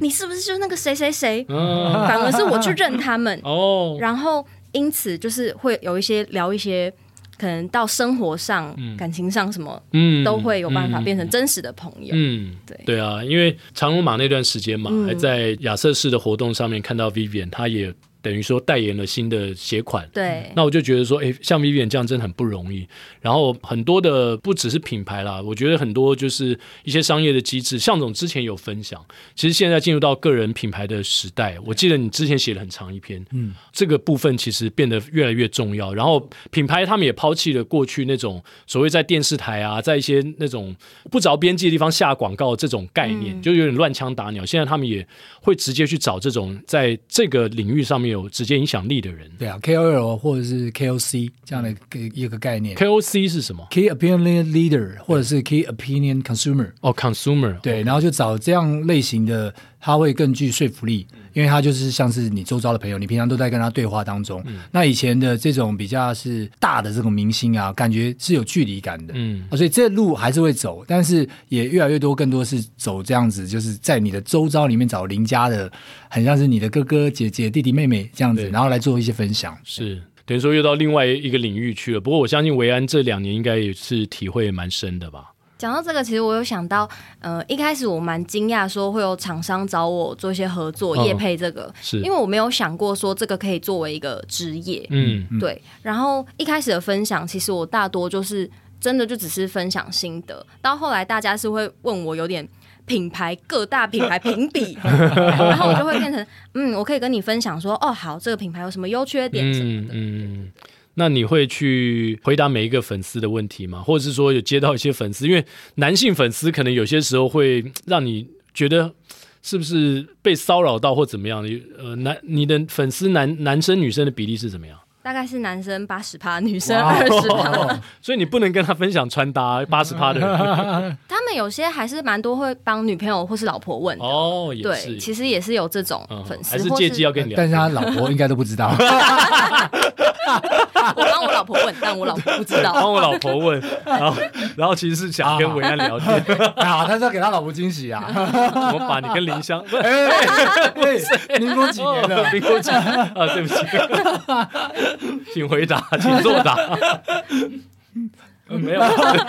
你是不是就是那个谁谁谁？
嗯，
反而是我去认他们，
[laughs] 哦，
然后因此就是会有一些聊一些，可能到生活上、感情上什么，
嗯
都会有办法
嗯
变成真实的朋友。
嗯，
对嗯
对啊，因为长龙马那段时间嘛，还在亚瑟士的活动上面看到 Vivian，她也等于说代言了新的鞋款。
对，
那我就觉得说，哎，像 Vivian 这样真的很不容易。然后很多的不只是品牌啦，我觉得很多就是一些商业的机制。向总之前有分享，其实现在进入到个人品牌的时代，我记得你之前写了很长一篇，嗯，这个部分其实变得越来越重要。然后品牌他们也抛弃了过去那种所谓在电视台啊，在一些那种不着边际的地方下广告这种概念，就有点乱枪打鸟。现在他们也会直接去找这种在这个领域上面有直接影响力的人。
对啊，KOL 或者是 KOC 这样的一个一个概念
KOC 是什么？
，Key Opinion Leader 或者是 Key Opinion Consumer。
哦，consumer，
对，然后就找这样类型的，他会更具说服
嗯
力，因为他就是像是你周遭的朋友，你平常都在跟他对话当中。
嗯
那以前的这种比较是大的这种明星啊，感觉是有距离感的，
嗯
啊所以这路还是会走，但是也越来越多，更多是走这样子，就是在你的周遭里面找邻家的，很像是你的哥哥姐姐、弟弟妹妹这样子，
对
然后来做一些分享。
是等于说又到另外一个领域去了。不过我相信维安这两年应该也是体会蛮深的吧？
讲到这个，其实我有想到，呃，一开始我蛮惊讶说会有厂商找我做一些合作
嗯
业配这个，
是
因为我没有想过说这个可以作为一个职业。
嗯，
对，然后一开始的分享，其实我大多就是真的就只是分享心得，到后来大家是会问我有点。品牌各大品牌评
[laughs]
比，然后我就会变成，嗯，我可以跟你分享说，哦，好，这个品牌有什么优缺点什么
嗯
的。
嗯。那你会去回答每一个粉丝的问题吗？或者是说有接到一些粉丝，因为男性粉丝可能有些时候会嗯让你觉得是不是被骚扰到或怎么样？呃，男你的粉丝男男生女生的比例是怎么样？
大概是男生八十趴，女生
哦
哇
二十趴。
所以你不能跟他分享穿搭八十趴的人
他们有些还是蛮多会帮女朋友或是老婆问的。
哦，也
对，
是，
其实也是有这种
嗯，
粉丝，
还是
或
借机要跟你聊
[laughs] 但。是他老婆应该都不
[laughs]
知道。
我 [laughs] 帮我老婆问，但我老婆不知道。
帮我老婆问，然后然后其实是想跟维安聊天， [laughs]
啊，他是要给他老婆惊喜啊！
我们把你跟林
[laughs]
香，不是
哎，哎民国几
[laughs]
年了？
民国几啊？对不起，请回答，请作答。 [laughs] 呃没有，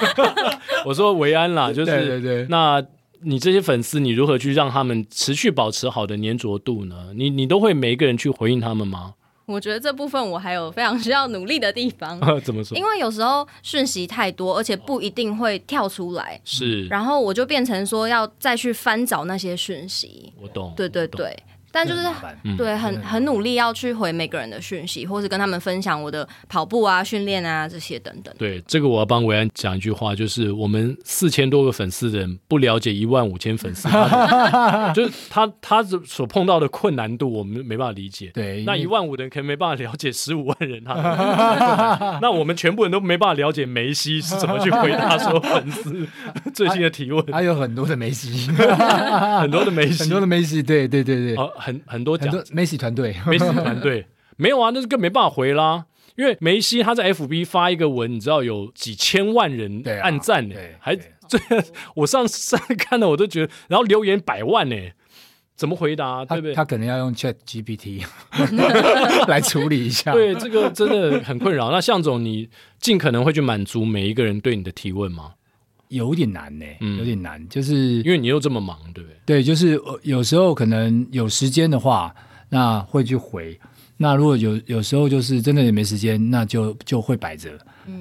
[laughs] 我说维安啦，就是
对对对
那。你这些粉丝，你如何去让他们持续保持好的粘着度呢？你你都会每一个人去回应他们吗？ [laughs]
我觉得这部分我还有非常需要努力的地
[laughs]
方，
怎么说？
因为有时候讯息太多，而且不一定会跳出来，
是，
然后我就变成说要再去翻找那些讯息。
我懂。
对对对，但就是
麻烦
嗯
对很很努力要去回每个人的讯息，或是跟他们分享我的跑步啊、训练啊这些等等。
对，这个我要帮维安讲一句话，就是我们四千多个粉丝的人不了解一万五千
[laughs]
粉丝他的，就是他他所碰到的困难度，我们没办法理解。
对
那
因为
一万五的人可能没办法了解十五万人
[laughs]
他的困难，那我们全部人都没办法了解梅西是怎么去回答说粉丝最近的提
[laughs]
问，
他有很多的梅西，
很多 [laughs] 的梅西，
啊很多的梅西，对对对对，
哦，很很多
很
讲
多梅西团队。
梅西团队没有啊，那是更没办法回啦。因为梅西他在 FB 发一个文，你知道有几千万人
对啊
按赞呢、
对
还
对
这 [laughs] 我上上看了我都觉得，然后留言百万呢、怎么回答、啊 [laughs]
他
对不对？
他可能要用 Chat
[laughs]
GPT [laughs] 来处理一下。
对这个真的很困扰。那向总，你尽可能会去满足每一个人对你的提问吗？
有点难呢、
嗯
有点难，就是
因为你又这么忙，对不对？
对，就是呃有时候可能有时间的话，那会去回；那如果有有时候就是真的也没时间，那就就会摆着。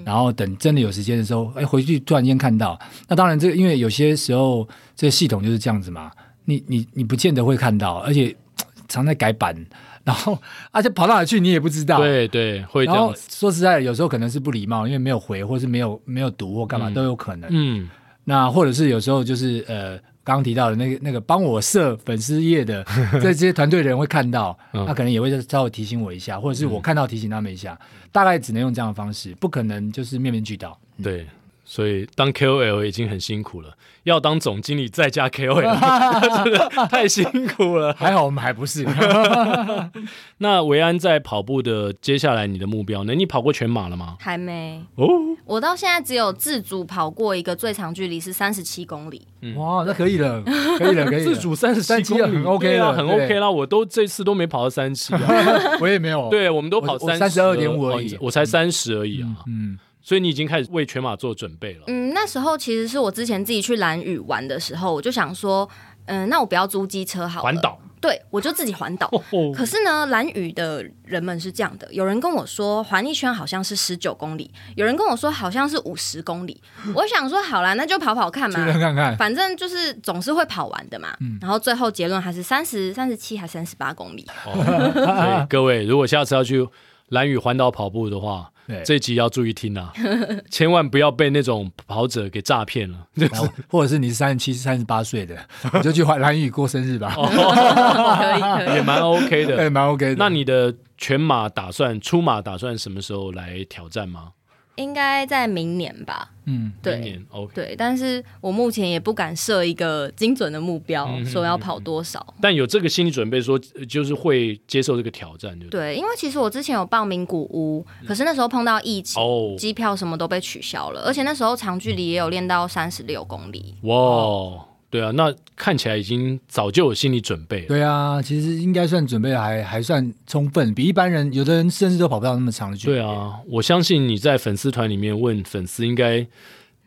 然后等真的有时间的时候，哎，回去突然间看到，那当然这个因为有些时候这个系统就是这样子嘛，你你你不见得会看到，而且常在改版，然后而且、就跑到哪去你也不知道。
对对，会这
啊然
样
后
子。
说实在的，有时候可能是不礼貌，因为没有回，或是没有没有读或干嘛、都有可能。
嗯，
那或者是有时候就是呃，刚刚提到的那个那个帮我设粉丝页的这些团队的人会看到，
嗯
他可能也会稍微提醒我一下，或者是我看到提醒他们一下，大概只能用这样的方式，不可能就是面面俱到。
对。所以当 KOL 已经很辛苦了，要当总经理再加
[laughs]
KOL，真的太辛苦了。
还好我们还不 [laughs] 是，
那维安在跑步的接下来你的目标呢？你跑过全马了吗？
还没，
哦，
我到现在只有自主跑过一个最长距离是三十七公里，
嗯哇，那可以了，可以了，可以了。
自主三十七公
37
里
很 OK
对啊，
了
很
对
OK 啦。我都这次都没跑到三七啊，
[laughs] 我也没有，
对，我们都跑
我我
三啊哦
32.5而已
我才三十而已啊。
嗯，
所以你已经开始为全马做准备了。
嗯，那时候其实是我之前自己去蓝屿玩的时候，我就想说，嗯、那我不要租机车好了，
环，岛，
对我就自己环岛。
哦吼
可是呢，蓝屿的人们是这样的，有人跟我说环一圈好像是十九公里，有人跟我说好像是五十
[laughs]
公里。我想说，好啦，那就跑跑看
确认
嘛，
看看。
反正就是总是会跑完的嘛。
嗯
然后最后结论还是三十三十七还三十八公里。
哦所以各位，如果下次要去蓝屿环岛跑步的话，
对，
这一集要注意听
[laughs]
啊，千万不要被那种跑者给诈骗了。
然后或者是你是三十七、三十八岁的，你就去华兰屿过生日吧，
可以可以。
也蛮 OK 的
[laughs] 对，。 [laughs] 蛮 OK 的。
那你的全马打算出马打算什么时候来挑战吗？
应该在明年吧。
嗯，
明
对
年 OK，
对，但是我目前也不敢设一个精准的目标，
嗯
说要跑多少。
但有这个心理准备说，呃就是会接受这个挑战，对不对？
对，因为其实我之前有报名古屋，可是那时候碰到疫情，
嗯哦，
机票什么都被取消了，而且那时候长距离也有练到三十六公里。
哇，对啊，那看起来已经早就有心理准备了。
对啊，其实应该算准备得还还算充分，比一般人有的人甚至都跑不到那么长的距离。
对啊，我相信你在粉丝团里面问粉丝，应该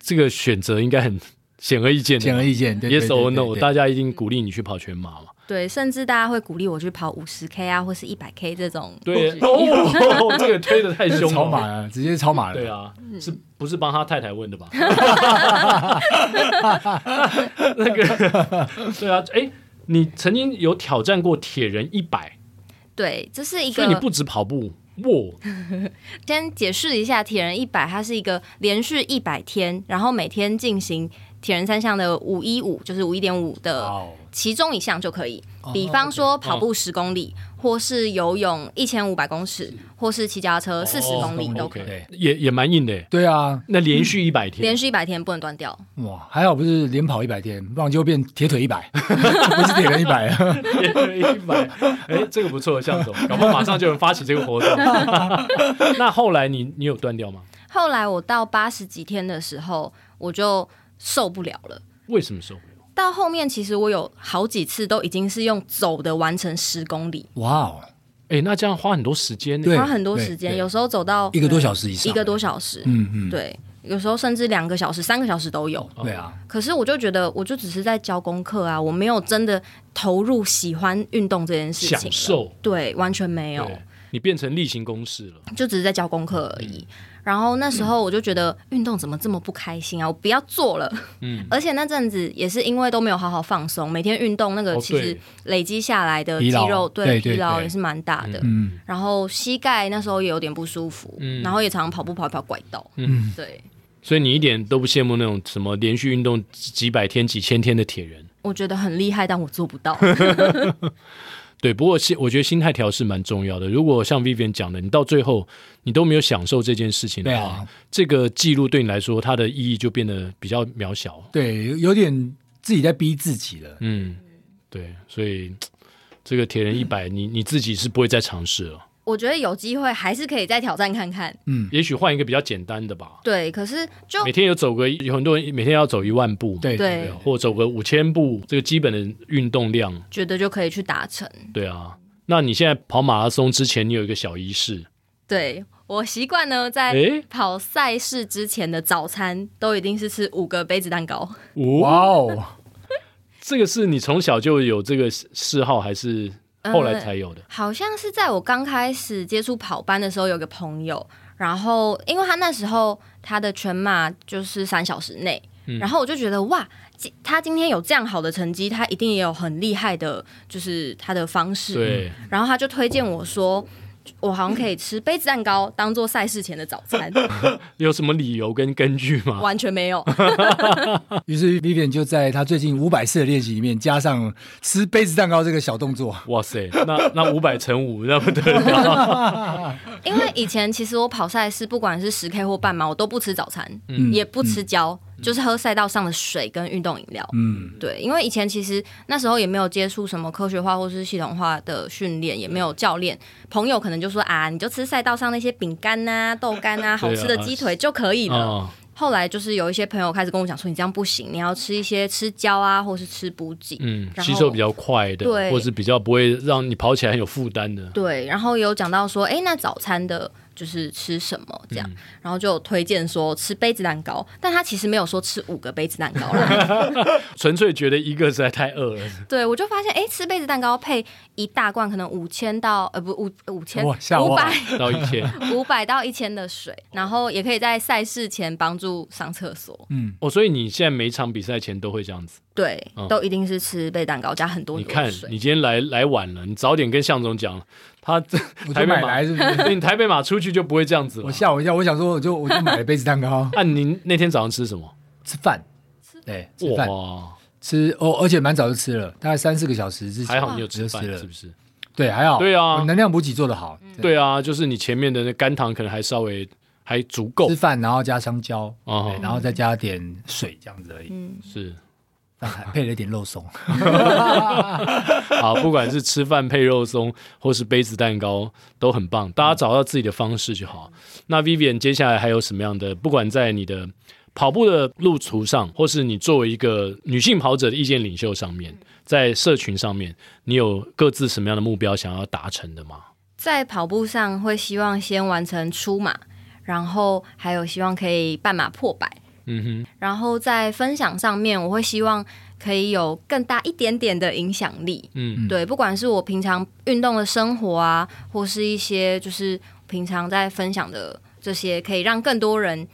这个选择应该很显而易见的
显
吧。
而易见，对对
Yes or
对
no，
对
大家一定鼓励你去跑全马嘛？
对，甚至大家会鼓励我去跑五十 K 啊，或是一百 K 这种。
对， [laughs] 哦，这个推的太
对
凶
[laughs] 超马
了。
了，直接超马
哦
了。
对啊，
嗯
是不是帮他太太问
[laughs]
的吧？ [laughs] 那个，对啊，哎，你曾经有挑战过铁人一百，
对，这是一
所以你
个
不止跑步，哇，
先解释一下，铁人一百它是一个连续一百天，然后每天进行铁人三项的五一五，就是五一点五的
哇哦，
其中一项就可以，比方说跑步十公里，或是游泳一千五百公尺，或是骑脚踏车四十
哦
公里都可以，
OK，
对
也也蛮硬的耶。
对啊，
那连续一百
连
天，
续一百天不能断掉。
哇，还好不是连跑一百天，不然就变铁腿一百， [laughs] 不是铁人一百。 [laughs]
连续
[laughs]
一百，哎，这个不错，向总，搞不好马上就有人发起这个
[laughs]
活动。那后来你你有断掉吗？
后来我到八十几天的时候，我就受不了了。
为什么受不了？
到后面其实我有好几次都已经是用走的完成十公里，
哇哦，
哎，那这样花很多时间呢。
对
花很多时间，
对
有时候走到
一个多小时以上，
一个多小时，
嗯嗯，
对，有时候甚至两个小时、三个小时都有。
对啊，
可是我就觉得，我就只是在教功课啊，我没有真的投入喜欢运动这件事情了，
享受
对，完全没有，
对你变成例行公事了。
就只是在教功课而已。然后那时候我就觉得运动怎么这么不开心啊！我不要做了。
嗯
[laughs] 而且那阵子也是因为都没有好好放松，每天运动那个
哦
其实
对
累积下来的
疲
肌
劳
肉
对对
疲劳
对
也是蛮大的。
嗯，
然后膝盖那时候也有点不舒服，
嗯
然后也常常跑步跑一跑拐到。
嗯
嗯，对，
所以你一点都不羡慕那种什么连续运动几百天、几千天的铁人。
我觉得很厉害，但我做不
[laughs]
到。
对，不过心我觉得心态调试蛮重要的。如果像 Vivian 讲的，你到最后你都没有享受这件事情的
对
话，
啊，
这个记录对你来说它的意义就变得比较渺小。
对，有有点自己在逼自己了。
嗯，对，所以这个铁人一百，你你自己是不会再尝试了。
我觉得有机会还是可以再挑战看看。
也许换一个比较简单的吧，
对，可是就
每天有走个有很多人每天要走一万步嘛，
对
对
或走个五千步，这个基本的运动量，
觉得就可以去达成。
对啊。那你现在跑马拉松之前，你有一个小仪式，
对我习惯呢，在
诶
跑赛事之前的早餐都一定是吃五个杯子蛋糕。
哇
哦，
哦，
这个是你从小就有这个嗜好，还是
呃
后来才有的？
好像是在我刚开始接触跑班的时候，有个朋友，然后因为他那时候他的全马就是三小时内，
嗯
然后我就觉得哇，今他今天有这样好的成绩，他一定也有很厉害的，就是他的方式。
对，
然后他就推荐我说，我好像可以吃杯子蛋糕当做赛事前的早餐，
有什么理由跟根据吗？
完全没有。
于是 Vivian 就在他最近五百次的练习里面，加上吃杯子蛋糕这个小动作。
哇塞，那那五百乘五，那不得
[laughs]
了！
因为以前其实我跑赛事，不管是十 K 或半马，我都不吃早餐，也不吃胶，就是喝赛道上的水跟运动饮料。
嗯，
对，因为以前其实那时候也没有接触什么科学化或是系统化的训练，也没有教练，朋友可能就说啊，你就吃赛道上那些饼干呐、豆干呐、好吃的鸡腿就可以了。
啊，
后来就是有一些朋友开始跟我讲说，你这样不行，你要吃一些吃胶啊，或是吃补给。
嗯，
然后
吸收比较快的，
对
或是比较不会让你跑起来很有负担的。
对，然后有讲到说，哎，那早餐的就是吃什么这
嗯
样，然后就有推荐说吃杯子蛋糕，但他其实没有说吃五个杯子蛋糕啦。
[laughs] 纯粹觉得一个实在太饿了，
对，我就发现，哎，吃杯子蛋糕配一大罐可能五千到呃不五五千
哇吓
五
我
百
到一千。
[laughs] 五百到一千的水，然后也可以在赛事前帮助上厕所。
哦，所以你现在每场比赛前都会这样子。
对，
嗯
都一定是吃杯蛋糕加很多
你
很多
看，
水。
你今天来来晚了，你早点跟向总讲，他
我
台
就
北
买
马
来，是不
[laughs]
是？
对你台北马出去就不会这样子了
我。吓我一跳，我想说，我就我就买了杯子蛋
[laughs]，
糕
啊，您那天早上吃什么？
吃饭，对，吃饭
哇，
吃哦，而且蛮早就吃了，大概三四个小时之前
还好你有吃
就吃
饭，
了
是不是？
对，还好，
对啊
我能量补给做得好，
对啊，就是你前面的那肝糖可能还稍微还足够
吃饭然后加香蕉，
哦
对然后再加点水这样子而已，
嗯是
那还配了一点肉松，
好，不管是吃饭配肉松，或是杯子蛋糕，都很棒。大家找到自己的方式就好。那 Vivian 接下来还有什么样的？不管在你的跑步的路途上，或是你作为一个女性跑者的意见领袖上面，在社群上面，你有各自什么样的目标想要达成的吗？
在跑步上会希望先完成出马，然后还有希望可以半马破百。
嗯
然后在分享上面，我会希望可以有更大一点点的影响力。
哼，嗯，
对，不管是我平常运动的生活啊，或是一些就是平常在分享的这些，可以让更多人，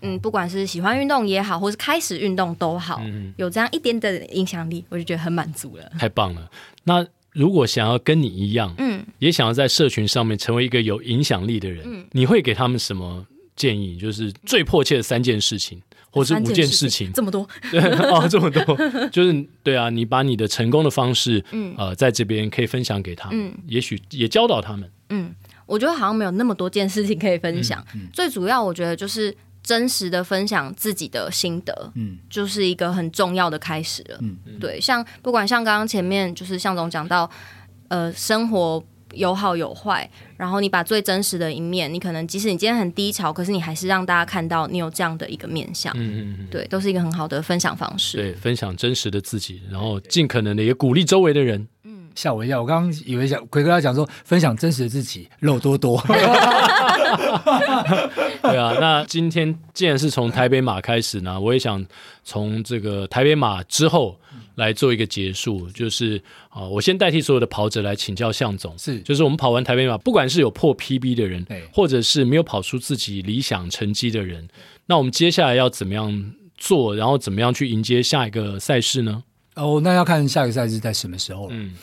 嗯，不管是喜欢运动也好，或是开始运动都好，有这样一点点的影响力，我就觉得很满足了。
太棒了。那如果想要跟你一样，
嗯，
也想要在社群上面成为一个嗯有影响力的人，你会给他们什么建议？就是最迫切的三件事情，或者是
三
五件事情，
这么多，
对 [laughs] 哦，这么多，就是对啊，你把你的成功的方式，呃，在这边可以分享给他们，也许也教导他们，
嗯我觉得好像没有那么多件事情可以分享。
嗯
最主要，我觉得就是真实的分享自己的心得，
嗯
就是一个很重要的开始了。
嗯
对，像不管像刚刚前面就是向总讲到，呃，生活有好有坏，然后你把最真实的一面，你可能即使你今天很低潮，可是你还是让大家看到你有这样的一个面相。
嗯嗯嗯，
对，都是一个很好的分享方式。
对，分享真实的自己，然后尽可能的也鼓励周围的人，
吓我一跳，我刚刚以为想奎哥要讲说分享真实的自己，肉多
[laughs]
多。
对啊，那今天既然是从台北马开始呢，我也想从这个台北马之后来做一个结束，就是啊、我先代替所有的跑者来请教向总，
是
就是我们跑完台北马，不管是有破 PB 的人
对，
或者是没有跑出自己理想成绩的人，那我们接下来要怎么样做，然后怎么样去迎接下一个赛事呢？
哦，那要看下个赛事在什么时候了。
嗯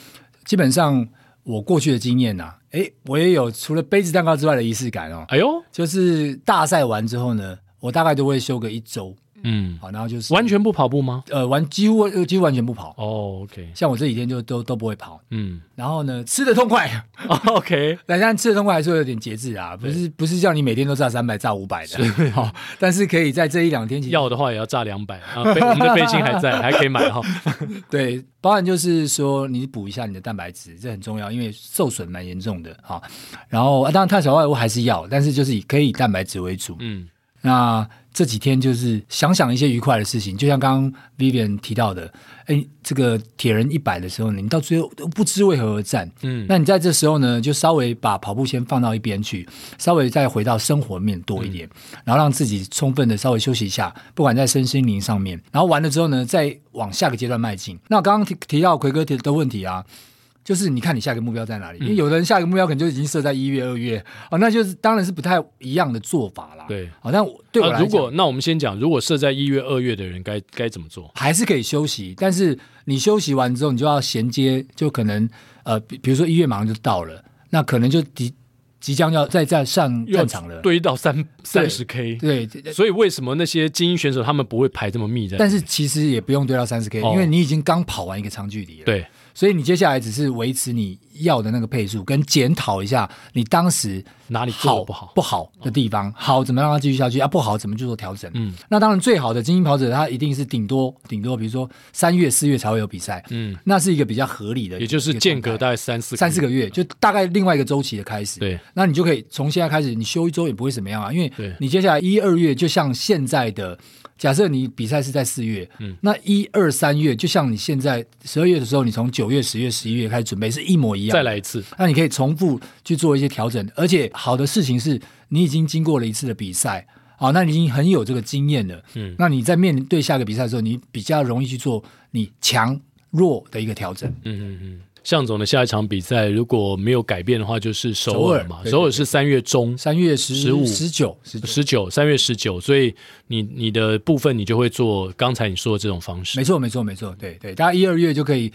基本上我过去的经验呐、啊，诶，我也有除了杯子蛋糕之外的仪式感哦，
哎呦，
就是大赛完之后呢，我大概都会休个一周，
嗯，
好，然后就是
完全不跑步吗？
呃完几乎呃几乎完全不跑，
哦，OK，
像我这几天就都都不会跑，
嗯 [laughs]
然后呢吃的痛快， [laughs]
，OK，
但但吃的痛快还是会有点节制啊，不是不是叫你每天都炸三百炸五百 [laughs] 的，好，但是可以在这一两天其实
要的话也要炸两百啊，飞我们的飞信还在，还可以买哈。
对，包含就是说你补一下你的蛋白质，这很重要，因为受损蛮严重的哈、然后、啊当然碳水化合物还是要，但是就是以可以以蛋白质为主。
嗯
那这几天就是想想一些愉快的事情，就像刚刚 Vivian 提到的，哎，这个铁人一百的时候呢，你到最后都不知为何而战。
嗯，
那你在这时候呢，就稍微把跑步先放到一边去，稍微再回到生活面多一点，
嗯
然后让自己充分的稍微休息一下，不管在身心灵上面。然后完了之后呢，再往下个阶段迈进。那我刚刚提提到奎哥提的问题啊。就是你看你下一个目标在哪
嗯
里？因为有的人下一个目标可能就已经设在一月、二月哦，那就是当然是不太一样的做法啦。
对
好、但我对我
啊
来
如
讲、
果那我们先讲，如果设在一月、二月的人该该怎么做？
还是可以休息，但是你休息完之后，你就要衔接，就可能呃，比比如说一月马上就到了，那可能就即即将要再再上
又要
战场了。
堆到
[laughs]
三三十 K，
对，
所以为什么那些精英选手他们不会排这么密的？
但是其实也不用堆到三十 K，
哦
因为你已经刚跑完一个长距离了。，
对，
所以你接下来只是维持你要的那个配速，跟检讨一下你当时
哪里做
好
得不好？哦
不好的地方，好怎么让它继续下去啊？不好怎么去做调整？
嗯
嗯，那当然最好的精英跑者，他一定是顶多顶多，比如说三月、四月才会有比赛，
嗯，
那是一个比较合理的一个，
也就是间隔大概三四
三四
个
个月，就大概另外一个周期的开始。
对，
那你就可以从现在开始，你休一周也不会怎么样啊，因为
对
你接下来一二月就像现在的，假设你比赛是在四月，
嗯
那一二三月就像你现在十二月的时候，你从九月、十月、十一月开始准备是一模一样。
再，来一次。
那你可以重复去做一些调整，而且好的事情是你已经经过了一次的比赛。好，那你已经很有这个经验了。
嗯
那你在面对下个比赛的时候，你比较容易去做你强弱的一个调整。
嗯嗯嗯。向总的下一场比赛如果没有改变的话，就是首尔嘛，
首尔对对
首尔是三月中。
三月十
15
十九、十九，
十九，三月十九，所以你你的部分你就会做刚才你说的这种方式
没。错，没错，没错，对对，大家一二月就可以，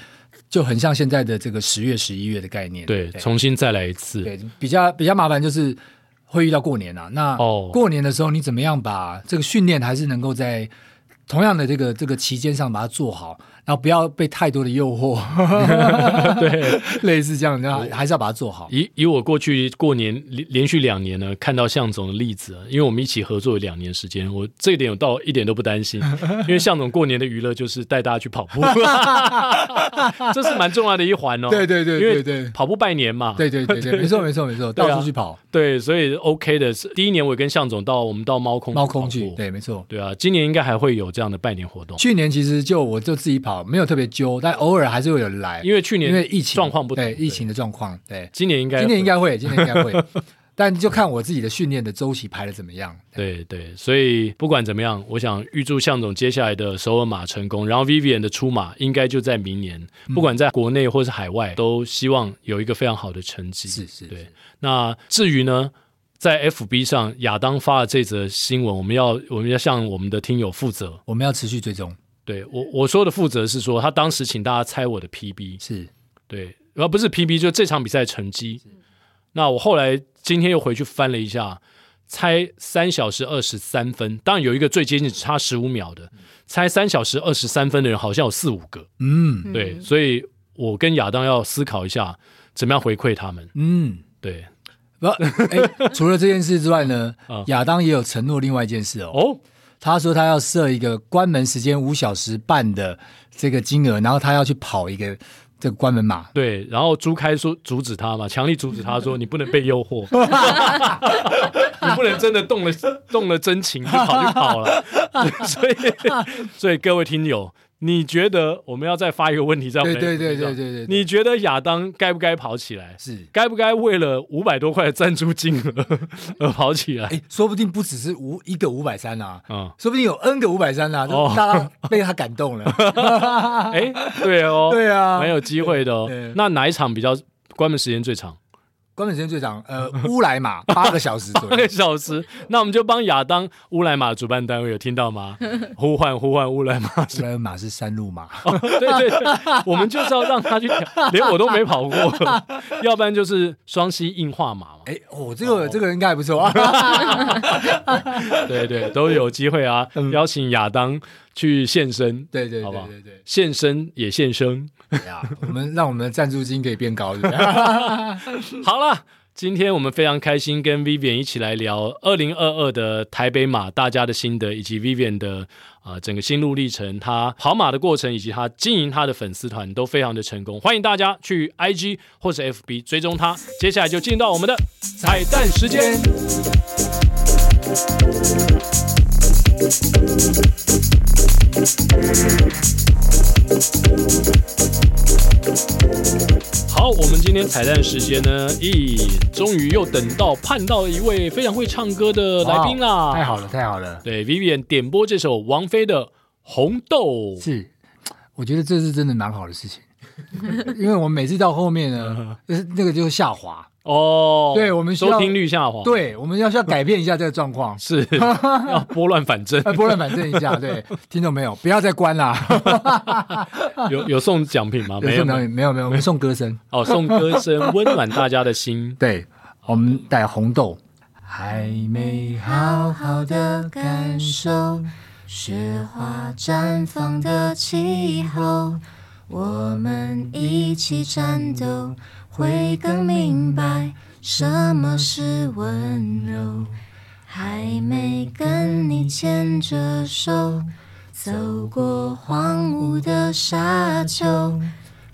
就很像现在的这个十月、十一月的概念。
对，
对
重新再来一次。
对比较比较麻烦就是会遇到过年啊。那
哦
过年的时候，你怎么样把这个训练还是能够在同样的这个这个期间上把它做好，然后不要被太多的诱惑，
[laughs] 对，
[laughs] 类似这样，然后还是要把它做好。
以以我过去过年连连续两年呢，看到向总的例子啊，因为我们一起合作有两年时间，我这一点我倒一点都不担心，因为向总过年的娱乐就是带大家去跑
[laughs]
步，这是蛮重要的一环哦。
对对对
因
对
为
对
跑步拜年嘛，
对对对
[laughs]
对，没错没错没错，
对啊
到处去跑，
对所以 OK 的。是第一年我也跟向总到我们到猫空
猫空
去跑
去，
步，
对，没错。
对啊，今年应该还会有这样的拜年活动，
去年其实就我就自己跑，没有特别揪，但偶尔还是会有人来，
因为去年
因为疫情
状况不同
对疫情，的状况，对，
今年应该
今年应
会
该会，今年应该会，但就看我自己的训练的周期排的怎么样。
对对，所以不管怎么样，我想预祝向总接下来的首尔马成功，然后 Vivian 的出马应该就在明年，
嗯
不管在国内或是海外，都希望有一个非常好的成绩。
是是
对。那至于呢，在 FB 上亚当发了这则新闻，我们要我们要向我们的听友负责。
我们要持续追踪，
对我我说的负责是说，他当时请大家猜我的 PB，
是
对，呃而不是 PB，就这场比赛成绩。那我后来今天又回去翻了一下，猜三小时二十三分，当然有一个最接近只差十五秒的，猜三小时二十三分的人好像有四五个，
嗯
对，所以我跟亚当要思考一下怎么样回馈他们，
嗯。
对，
不，哎， [laughs] 除了这件事之外呢
嗯，
亚当也有承诺另外一件事哦。
哦，
他说他要设一个关门时间五小时半的这个金额，然后他要去跑一个这个关门马。
对，然后朱开说阻止他嘛，强力阻止他说你不能被诱
[laughs]
惑，你不能真的动了动了真情就跑就跑了。所以所以各位听友，你觉得我们要再发一个问题在我们的
对对对
群组上
对对对对
你觉得亚当该不该跑起来？
是，
该不该为了五百多块的赞助金额而跑起来？
哎，说不定不只是五一个五百三啊，
嗯，
说不定有 N 个五百三啊，
哦
就大家被他感动了。
哎，对 [laughs] 哦，
对啊
蛮有机会的哦
对。
那哪一场比较关门时间最长？
关门时间最长，呃，乌来
[laughs]
马八个小时左
八
右
个。小时， [laughs] 那我们就帮亚当乌来马主办单位有听到
[laughs]
吗？呼唤呼唤乌来马，
乌来马是山路马，
[laughs] 对对对，我们就是要让他去挑，连我都没跑过， [laughs] 要不然就是双溪硬化马嘛，
哎，哦，这个这个应该还
[laughs]
不错啊。
对对，都有机会啊，邀请亚当去现身，
嗯对对
好不
对
好
对对
现身也现身。
对呀，我们让我们的赞助金可以变高，
[laughs]
对不啊对？
好了。今天我们非常开心，跟 Vivian 一起来聊二零二二的台北马大家的心得，以及 Vivian 的呃整个心路历程，他跑马的过程，以及他经营他的粉丝团都非常的成功。欢迎大家去 IG 或是 FB 追踪他。接下来就进到我们的彩蛋时间。好，我们今天彩蛋时间呢，咦，终于又等到盼到一位非常会唱歌的来宾啦！
哇哦太好了，太好了。
对，Vivian 点播这首王菲的《红豆》，
是，我觉得这是真的蛮好的事情， [laughs] 因为我们每次到后
[laughs]
面呢，就是那个就是下滑，
哦，
对我们需要
收听率下滑，，，
对，我们要需要改变一下这个状况 [laughs]
是要拨乱反正。
呃，拨乱反正一下，对，听懂没有？不要再关啦，
有有送奖品 [laughs] 吗？没有
没， [laughs] 有没有没有，我们送歌声，
哦，送歌声温暖大家的心。
对，我们带红豆，还没好好的感受
雪花绽放的气候，我们一起战斗，会更明白什么是温柔。还没跟你牵着手，走过荒芜的沙丘，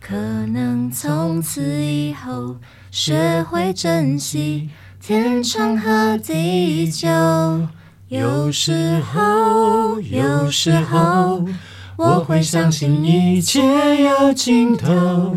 可能从此以后学会珍惜天长和地久。有时候，有时候，我会相信一切有尽头，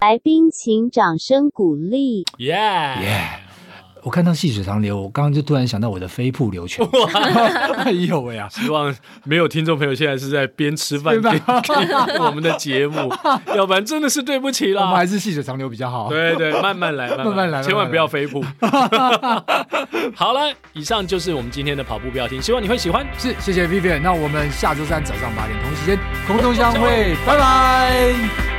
来宾请掌声鼓励。
耶、
耶。我看到细水长流，我刚刚就突然想到我的飞瀑流泉， [laughs] 哎呦喂啊！
希望没有听众朋友现在是在边吃饭边
对吧
听我们的节
[laughs]
目，要不然真的是对不起
我们
啦
还。是细水长流比较好。
对对，慢慢来，慢
[laughs] 慢慢来
千万不
慢慢来
要
[laughs]
飞步。好了，以上就是我们今天的跑步标题，希望你会喜欢。
是，谢谢 Vivian。那我们下周三早上八点同一时间空中相会，拜拜。